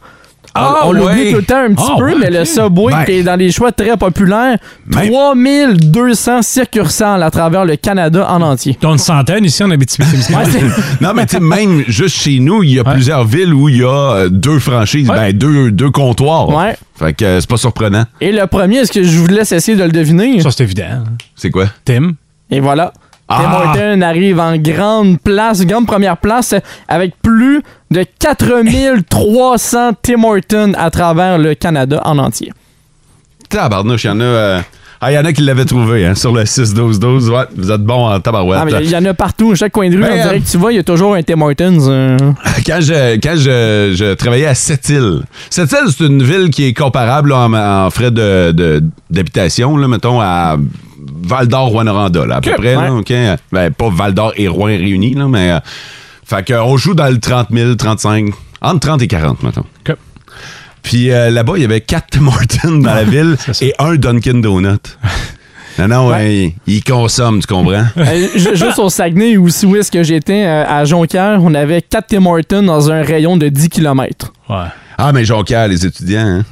M: Ah,
D: on on l'oublie
M: ouais.
D: tout le temps un petit
M: Ah,
D: peu,
M: ouais,
D: mais le
M: ok.
D: Subway
M: Ben.
D: qui est dans les choix très populaires. 3200 circursales à travers le Canada en entier.
C: T'as une centaine ici en Abitibi-Témiscamingue.
B: non, mais tu sais, même juste chez nous, il y a plusieurs villes où il y a euh, deux franchises, ben deux, deux comptoirs.
D: Ouais.
B: Fait que euh, c'est pas surprenant.
D: Et le premier, est-ce que je vous laisse essayer de le deviner? Ça,
C: c'est évident.
B: C'est quoi?
C: Tim.
D: Et voilà. Tim Horton arrive en grande place, grande première place, avec plus de 4300 Tim Horton à travers le Canada en entier.
B: Tabarnouche, il y en a. euh, Ah, il y en a qui l'avaient trouvé, hein, sur le 6-12-12. Ouais, vous êtes bon en tabarouette.
D: Ah, mais il y en a partout, chaque coin de rue,
B: Ben,
D: on dirait
B: euh,
D: que tu vois, il y a toujours un Tim Hortons. euh.
B: Quand je, quand je, je travaillais à Sept-Îles, Sept-Îles, c'est une ville qui est comparable là, en, en frais de- de- d'habitation, là, mettons, à Val d'Or, Rwanda, là, à peu près. là, ok? Ben, pas Val d'Or et Rouen réunis, là, mais. euh, fait qu'on joue dans le 30 000, 35 entre 30 et 40, mettons. Puis euh, là-bas, il y avait quatre Tim Hortons dans la ville et un Dunkin' Donut. Non, non, hein, ils ils consomment, tu comprends?
D: Euh, ju- juste au Saguenay, aussi où est-ce que j'étais, euh, à Jonquière, on avait 4 Tim Hortons dans un rayon de 10 km.
B: Ah, mais Jonquière, les étudiants, hein?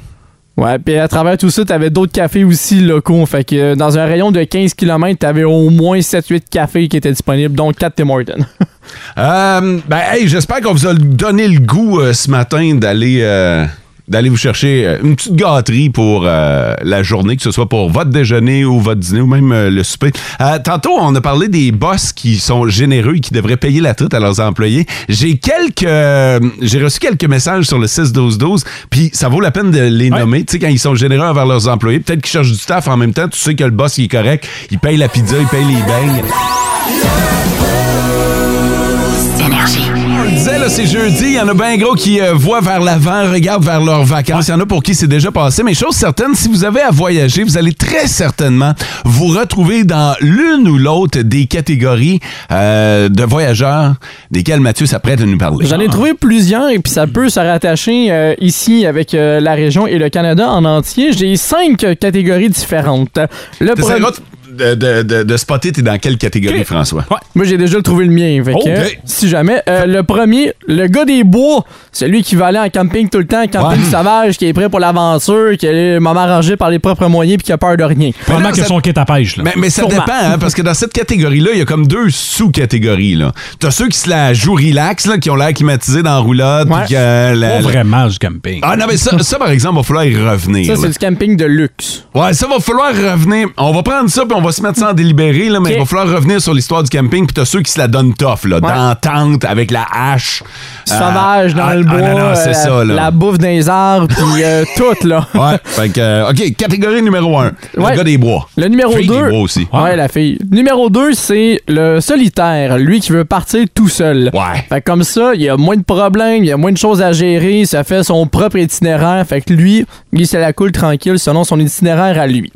D: Ouais, puis à travers tout ça, t'avais d'autres cafés aussi locaux. Fait que euh, dans un rayon de 15 km, t'avais au moins 7-8 cafés qui étaient disponibles, donc 4 Tim Hortons.
B: Euh, ben, hey, j'espère qu'on vous a donné le goût euh, ce matin d'aller euh, d'aller vous chercher euh, une petite gâterie pour euh, la journée, que ce soit pour votre déjeuner ou votre dîner ou même euh, le souper. Euh, tantôt, on a parlé des boss qui sont généreux et qui devraient payer la traite à leurs employés. J'ai quelques, euh, j'ai reçu quelques messages sur le 6-12-12, puis ça vaut la peine de les nommer. Tu sais, quand ils sont généreux envers leurs employés, peut-être qu'ils cherchent du staff en même temps, tu sais que le boss, il est correct, il paye la pizza, il paye les beignes. On le disait, là, c'est jeudi. Il y en a bien gros qui euh, voient vers l'avant, regardent vers leurs vacances. Il y en a pour qui c'est déjà passé. Mais chose certaine, si vous avez à voyager, vous allez très certainement vous retrouver dans l'une ou l'autre des catégories euh, de voyageurs desquels Mathieu s'apprête à nous parler. Ah.
D: J'en ai trouvé plusieurs et puis ça peut se rattacher euh, ici avec euh, la région et le Canada en entier. J'ai cinq euh, catégories différentes. Le
B: T'essaieras de, de, de- de spotter, t'es dans quelle catégorie, François?
D: Moi, j'ai déjà trouvé le mien. fait que,
B: Oh, Ok.
D: euh, si jamais, euh, le premier, le gars des bois, celui qui va aller en camping tout le temps, en camping sauvage, qui est prêt pour l'aventure, qui est maman arrangé par les propres moyens puis qui a peur de rien.
C: Probablement que son kit à pêche. Là.
B: Mais, mais ça
D: Sûrement.
B: dépend, hein, parce que dans cette catégorie-là, il y a comme deux sous-catégories. là. T'as ceux qui se la jouent relax, là, qui ont l'air climatisés dans la roulade. puis que, euh, la-
C: Pas
B: la-
C: vraiment du camping.
B: Ah non, mais ça, ça, par exemple, va falloir y revenir.
D: Ça,
B: là.
D: c'est du camping de luxe.
B: Ouais, ça va falloir revenir. On va prendre ça puis on va se mettre ça en délibéré, là, mais il va falloir revenir sur l'histoire du camping. Puis t'as ceux qui se la donnent tough, là, dans la tente, avec la hache. Euh,
D: Sauvage dans
B: ah,
D: le bois,
B: ah, non, non,
D: euh,
B: c'est ça, là.
D: la bouffe dans les arbres, puis euh, tout, là.
B: Ouais, fait que, euh, OK, catégorie numéro un.
D: Ouais.
B: Le gars des bois.
D: Le numéro
B: Fille
D: 2.
B: des bois aussi.
D: Ouais, la fille. Numéro 2, c'est le solitaire. Lui qui veut partir tout seul.
B: Ouais.
D: Fait que comme ça, il y a moins de problèmes, il y a moins de choses à gérer, ça fait son propre itinéraire. Fait que lui, il se la coule tranquille selon son itinéraire à lui.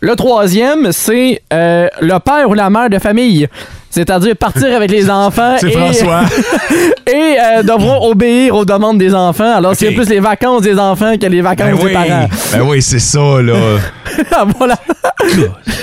D: Le troisième, c'est euh, le père ou la mère de famille. C'est-à-dire partir avec les enfants.
M: C'est
D: et-
M: François.
D: et euh, devoir obéir aux demandes des enfants. Alors, c'est plus les vacances des enfants que les vacances
B: Ben
D: des
B: oui,
D: parents. Ah,
B: ben oui, c'est ça, là.
D: voilà.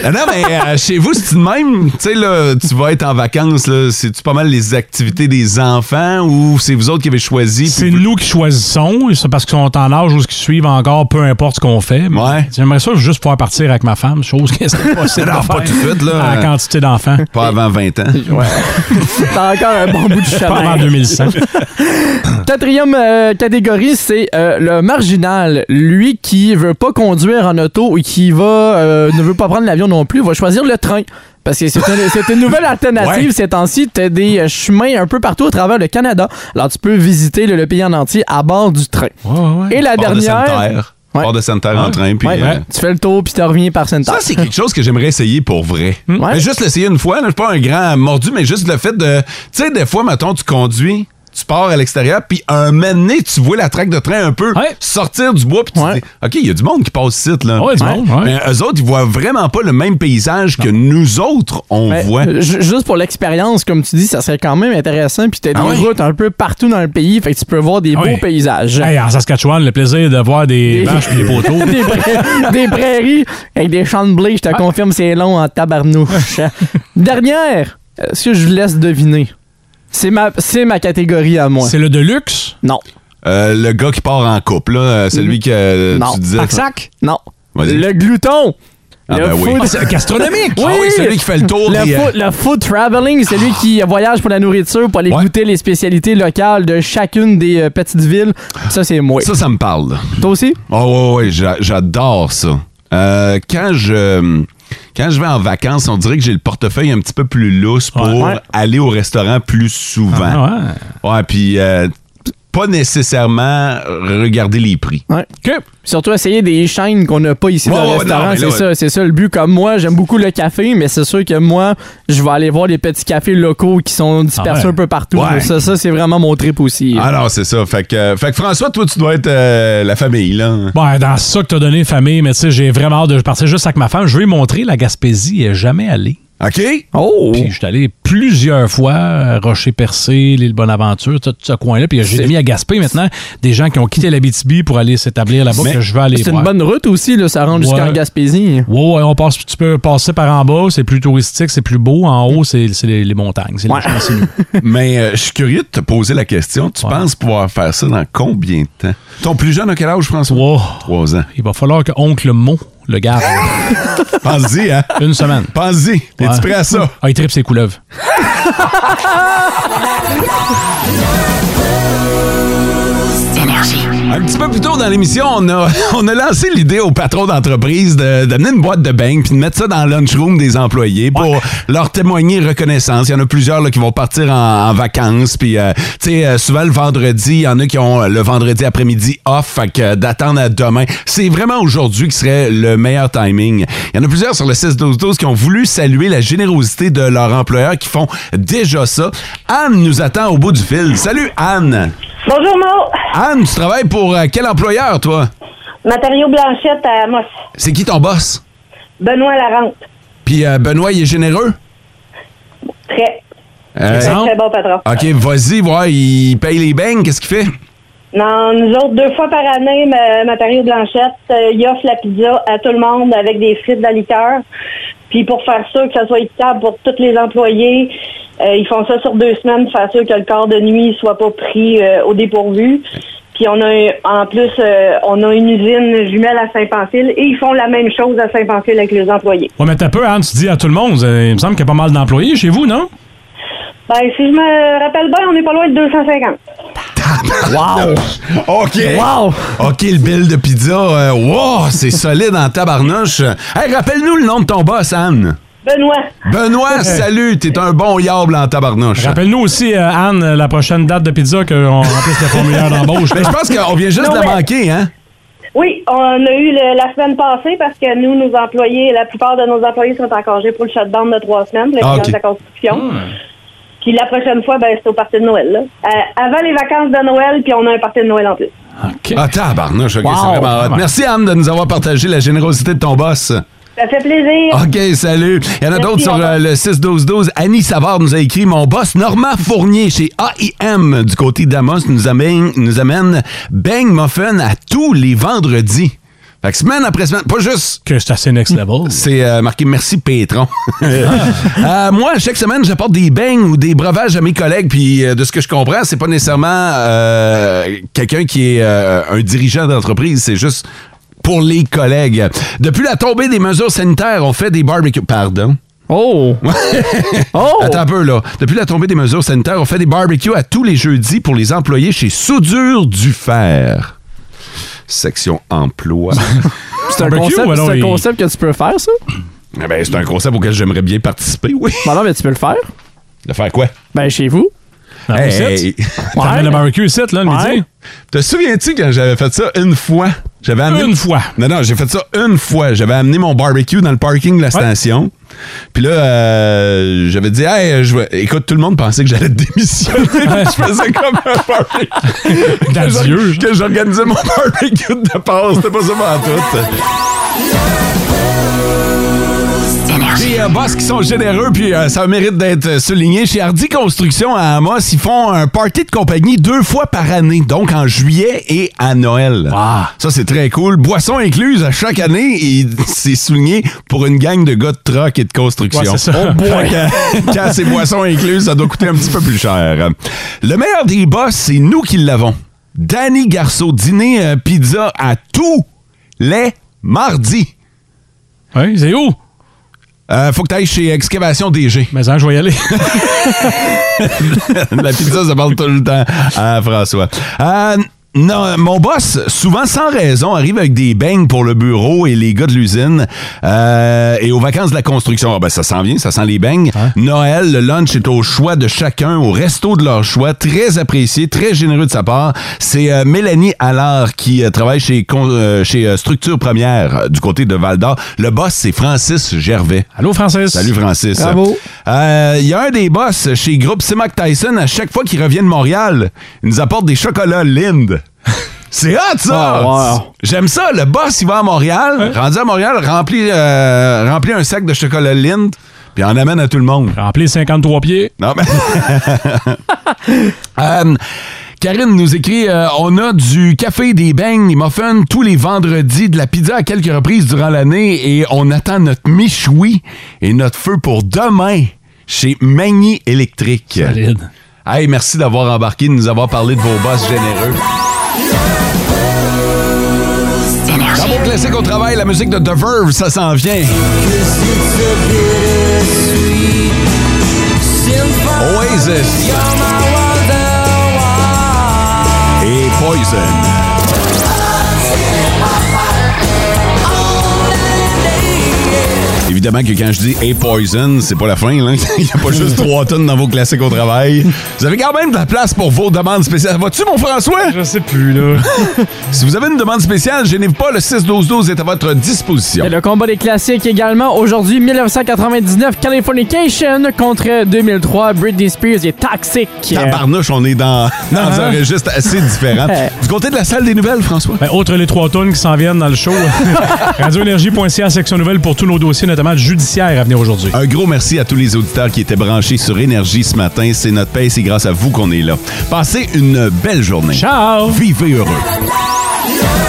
B: Non, non, mais euh, chez vous, c'est de même. Tu sais, là, tu vas être en vacances, là. C'est-tu pas mal les activités des enfants ou c'est vous autres qui avez choisi?
C: C'est nous qui choisissons, c'est parce qu'ils sont en âge ou ce qu'ils suivent encore, peu importe ce qu'on fait. Mais J'aimerais ça juste pouvoir partir avec ma femme, chose qui est possible.
B: Non,
C: de
B: pas
C: faire
B: tout de suite, là.
C: À la quantité d'enfants.
B: Pas avant 20 ans.
D: T'as encore un bon bout de chemin.
C: Pas avant 2100.
D: Quatrième euh, catégorie, c'est euh, le marginal. Lui qui veut pas conduire en auto et qui va euh, ne veut pas prendre l'avion non plus, va choisir le train. Parce que c'est une, c'est une nouvelle alternative ces temps-ci. T'as des euh, chemins un peu partout à travers le Canada. Alors tu peux visiter le, le pays en entier à bord du train. Et la
B: Port De
D: dernière.
B: Sainte-Terre. Port de Sainte-Terre en train. Puis,
D: Ouais,
B: euh,
D: Tu fais le tour puis tu reviens par sainte
B: Ça, c'est quelque chose que j'aimerais essayer pour vrai.
C: Hmm?
B: Mais juste l'essayer une fois. là, Je suis pas un grand mordu, mais juste le fait de. Tu sais, des fois, mettons, tu conduis. tu pars à l'extérieur, puis un moment donné, tu vois la traque de train un peu sortir du bois, puis tu dis, OK, il y a du monde qui passe ici, là.
C: Ouais, du monde, ouais.
B: Mais eux autres, ils voient vraiment pas le même paysage que nous autres, on
D: Ben,
B: voit.
D: ju- Juste pour l'expérience, comme tu dis, ça serait quand même intéressant. Puis t'as des
C: Ah ouais?
D: routes un peu partout dans le pays, fait que tu peux voir
B: Ah
D: des beaux paysages.
C: Hey, en Saskatchewan, le plaisir de voir des vaches et des poteaux.
D: des, pra- des prairies avec des champs de blé, je te
B: Ah.
D: confirme, c'est long en tabarnouche. Dernière, est-ce que je vous laisse deviner? C'est ma, c'est ma catégorie à moi.
C: C'est le de luxe?
D: Non.
B: Euh, le gars qui part en couple, là, euh, celui que euh,
D: Non.
B: tu disais.
D: Arsac? Non.
B: Vas-y.
D: Le glouton!
B: Ah
D: Le
B: ben oui.
D: food-
B: Ah, c'est gastronomique! Ah oui, celui qui fait le tour euh,
D: Le,
B: des,
D: food, le food traveling, celui qui voyage pour la nourriture, pour aller goûter les spécialités locales de chacune des euh, petites villes. Ça, c'est moi.
B: Ça, ça me parle.
D: Toi aussi?
B: Oh, ouais, ouais, j'a- j'adore ça. Euh, quand je. Quand je vais en vacances, on dirait que j'ai le portefeuille un petit peu plus lousse pour
C: Ouais.
B: aller au restaurant plus souvent.
C: Ah
B: ouais, puis euh, pas nécessairement regarder les prix.
D: Ouais. Surtout essayer des chaînes qu'on n'a pas ici
B: Ouais,
D: dans
B: ouais,
D: le
B: non,
D: restaurant.
B: mais là,
D: C'est ça, c'est ça le but. Comme moi, j'aime beaucoup le café, mais c'est sûr que moi, je vais aller voir les petits cafés locaux qui sont dispersés
B: Ah ouais.
D: un peu partout.
B: Ouais.
D: Ça, ça c'est vraiment mon trip aussi.
B: Ah non, c'est ça. Fait que, euh, fait que François, toi, tu dois être euh, la famille, là.
C: Bon, dans ça que t'as donné, famille, mais tu sais, j'ai vraiment hâte de partir juste avec ma femme. Je vais lui montrer la Gaspésie, elle est jamais allée.
B: OK.
D: Oh!
C: Puis je suis allé plusieurs fois, euh, Rocher-Percé, l'île Bonaventure, tout ce coin-là. Puis j'ai mis à Gaspé maintenant des gens qui ont quitté l'Abitibi pour aller s'établir là-bas,
D: Mais
C: que je vais aller
D: C'est
C: voir.
D: une bonne route aussi, là, ça rentre jusqu'en
C: Ouais.
D: Gaspésie.
C: Ouais, ouais, on passe, tu peux passer par en bas, c'est plus touristique, c'est plus beau. En haut, c'est c'est les, les montagnes, c'est les champs sinueux.
B: Mais euh, je suis curieux de te poser la question. Tu penses pouvoir faire ça dans combien de temps? Ton plus jeune a quel âge, François? Trois ans.
C: Il va falloir que Oncle Mo le garde.
B: Pense-y, hein?
C: Une semaine.
B: Pense-y. T'es-tu
C: Ouais.
B: prêt à ça?
C: Ah, il tripe ses couleuvres.
B: Un petit peu plus tôt dans l'émission, on a, on a lancé l'idée aux patrons d'entreprise de- d'amener une boîte de bang puis de mettre ça dans le lunchroom des employés pour leur témoigner reconnaissance. Il y en a plusieurs là, qui vont partir en, en vacances. Puis, euh, tu sais, euh, souvent le vendredi, il y en a qui ont euh, le vendredi après-midi off, fait que euh, d'attendre à demain. C'est vraiment aujourd'hui qui serait le meilleur timing. Il y en a plusieurs sur le 6-12-12 qui ont voulu saluer la générosité de leur employeur qui font déjà ça. Anne nous attend au bout du fil. Salut, Anne!
K: Bonjour, Mo.
B: Anne, tu travailles pour euh, quel employeur, toi?
K: Matériaux Blanchette à Amos.
B: C'est qui ton boss?
K: Benoît Larente.
B: Puis euh, Benoît, il est généreux?
K: Très.
B: Euh,
K: Très, très bon patron.
B: OK, vas-y, voir, il paye les bangs, qu'est-ce qu'il fait?
K: Non, nous autres, deux fois par année, ma- Matériaux Blanchette, euh, il offre la pizza à tout le monde avec des frites de la liqueur. Puis pour faire sûr que ça soit équitable pour tous les employés, euh, ils font ça sur deux semaines pour faire sûr que le corps de nuit soit pas pris euh, au dépourvu. Puis on a un- en plus euh, on a une usine jumelle à Saint-Pancile et ils font la même chose à Saint-Pancile avec les employés.
C: Ouais, mais t'as peu, Anne, tu dis à tout le monde. euh, Il me semble qu'il y a pas mal d'employés chez vous, non?
K: Ben si je me rappelle bien, on n'est pas loin de 250.
B: Wow! OK!
D: Wow!
B: OK, le bill de pizza, euh, wow, c'est solide en tabarnouche. Hey, rappelle-nous le nom de ton boss, Anne.
K: Benoît.
B: Benoît, salut, t'es un bon yable en tabarnouche.
C: Rappelle-nous aussi, euh, Anne, la prochaine date de pizza qu'on remplisse le formulaire d'embauche.
B: Ben, je pense qu'on vient juste de la manquer, hein?
K: Oui, on a eu le- la semaine passée parce que nous, nos employés, la plupart de nos employés sont en congé pour le shutdown de trois semaines, le
B: Ah,
K: ah,
B: ok.
K: de la construction. Puis la prochaine fois, ben, c'est au party de Noël. là. Euh, avant les vacances de Noël, puis on a un party de Noël en plus.
B: Ah, tabarnouche, OK,
C: Wow!
B: c'est vraiment hot. Merci, Anne, de nous avoir partagé la générosité de ton boss.
K: Ça fait plaisir.
B: OK, salut. Il y en a
K: Merci,
B: d'autres sur
K: au revoir.
B: euh, le 6-12-12. Annie Savard nous a écrit Mon boss Normand Fournier chez AIM du côté d'Amos nous amène, nous amène Bang Muffin à tous les vendredis. Fait que semaine après semaine, pas juste.
C: Que c'est assez next level.
B: C'est euh, marqué Merci Pétron. Euh, moi, chaque semaine, j'apporte des beignes ou des breuvages à mes collègues. Puis euh, de ce que je comprends, c'est pas nécessairement euh, quelqu'un qui est euh, un dirigeant d'entreprise. C'est juste pour les collègues. Depuis la tombée des mesures sanitaires, on fait des barbecues. Pardon.
D: Oh!
B: Attends un peu, là. Depuis la tombée des mesures sanitaires, on fait des barbecues à tous les jeudis pour les employés chez Soudure du Fer. Section emploi.
D: C'est un,
B: Barbecue,
D: concept,
B: alors,
D: c'est un
B: il-
D: concept que tu peux faire, ça?
B: Eh ben, c'est un concept auquel j'aimerais bien participer, oui.
D: Ben non, mais tu peux le faire.
B: De faire quoi?
D: Ben, chez vous.
C: Dans
B: Hey,
C: vos sets?
B: hey.
C: T'amènes le barbecue ici, là, le
D: Ouais.
C: midi?
B: Te souviens-tu quand j'avais fait ça une fois? J'avais amené...
C: Une fois.
B: Non, non, j'ai fait ça une fois. J'avais amené mon barbecue dans le parking de la station. Puis là, euh, j'avais dit, hey, je vais- écoute, tout le monde pensait que j'allais démissionner. je faisais comme un barbecue.
C: D'adieu,
B: Que j'organisais mon barbecue de départ. C'était pas ça, en tout. Des euh, boss qui sont généreux, puis euh, ça mérite d'être souligné. Chez Hardy Construction à Amos, ils font un party de compagnie deux fois par année, donc en juillet et à Noël.
C: Ah.
B: Ça, c'est très cool. Boisson incluse à chaque année, et c'est souligné pour une gang de gars de truck et de construction.
C: Ouais, c'est ça.
B: On boit
C: Ouais.
B: quand, quand c'est boisson incluse, ça doit coûter un petit peu plus cher. Le meilleur des boss, c'est nous qui l'avons. Danny Garceau, dîner euh, pizza à tous les mardis. Euh,
C: Oui, c'est où?
B: faut que tu ailles chez Excavation DG.
C: Mais hein, je vais y aller.
B: La pizza, ça parle tout le temps à François. Euh, non, mon boss, souvent sans raison, arrive avec des beignes pour le bureau et les gars de l'usine. Euh, et aux vacances de la construction, ah ben, ça s'en vient, ça sent les beignes. Noël, le lunch est au choix de chacun, au resto de leur choix. Très apprécié, très généreux de sa part. C'est euh, Mélanie Allard qui euh, travaille chez, Con- euh, chez euh, Structure Première euh, du côté de Val-d'Or. Le boss, c'est Francis Gervais.
C: Allô, Francis.
B: Salut, Francis.
C: Bravo.
B: Euh, Il y a un des boss chez Groupe Simac Tyson, à chaque fois qu'il revient de Montréal, il nous apporte des chocolats Lind. C'est hot, ça!
D: Ah, wow.
B: J'aime ça. Le boss, il va à Montréal, rendu à Montréal, remplit, euh, remplit un sac de chocolat Lind, puis en amène à tout le monde.
C: Remplit 53 pieds.
B: Non, mais... Euh, Karine nous écrit euh, On a du café, des beignes, des muffins tous les vendredis, de la pizza à quelques reprises durant l'année et on attend notre michoui et notre feu pour demain chez Magny Électrique.
C: Solide.
B: Hey, merci d'avoir embarqué, de nous avoir parlé de vos boss généreux. Dans mon classique au travail, la musique de The Verve, ça s'en vient. Oasis. Et Poison. Évidemment que quand je dis Hey Poison, c'est pas la fin, là. Il n'y a pas juste trois tonnes dans vos classiques au travail. Vous avez quand même de la place pour vos demandes spéciales. Vas-tu, mon François?
C: Je sais plus, là.
B: si vous avez une demande spéciale, gênez-vous pas, le 6-12-12 est à votre disposition.
D: Et le combat des classiques également. Aujourd'hui, 1999, Californication contre 2003, Britney Spears et Toxic.
B: Tabarnouche, on est dans, dans un registre assez différent. Du côté de la salle des nouvelles, François?
C: Ben, autre les trois tonnes qui s'en viennent dans le show. Radioénergie.ca, section nouvelle pour tous nos dossiers, notamment judiciaires à venir aujourd'hui.
B: Un gros merci à tous les auditeurs qui étaient branchés sur Énergie ce matin. C'est notre paye, c'est grâce à vous qu'on est là. Passez une belle journée.
C: Ciao!
B: Vivez heureux.
I: Love,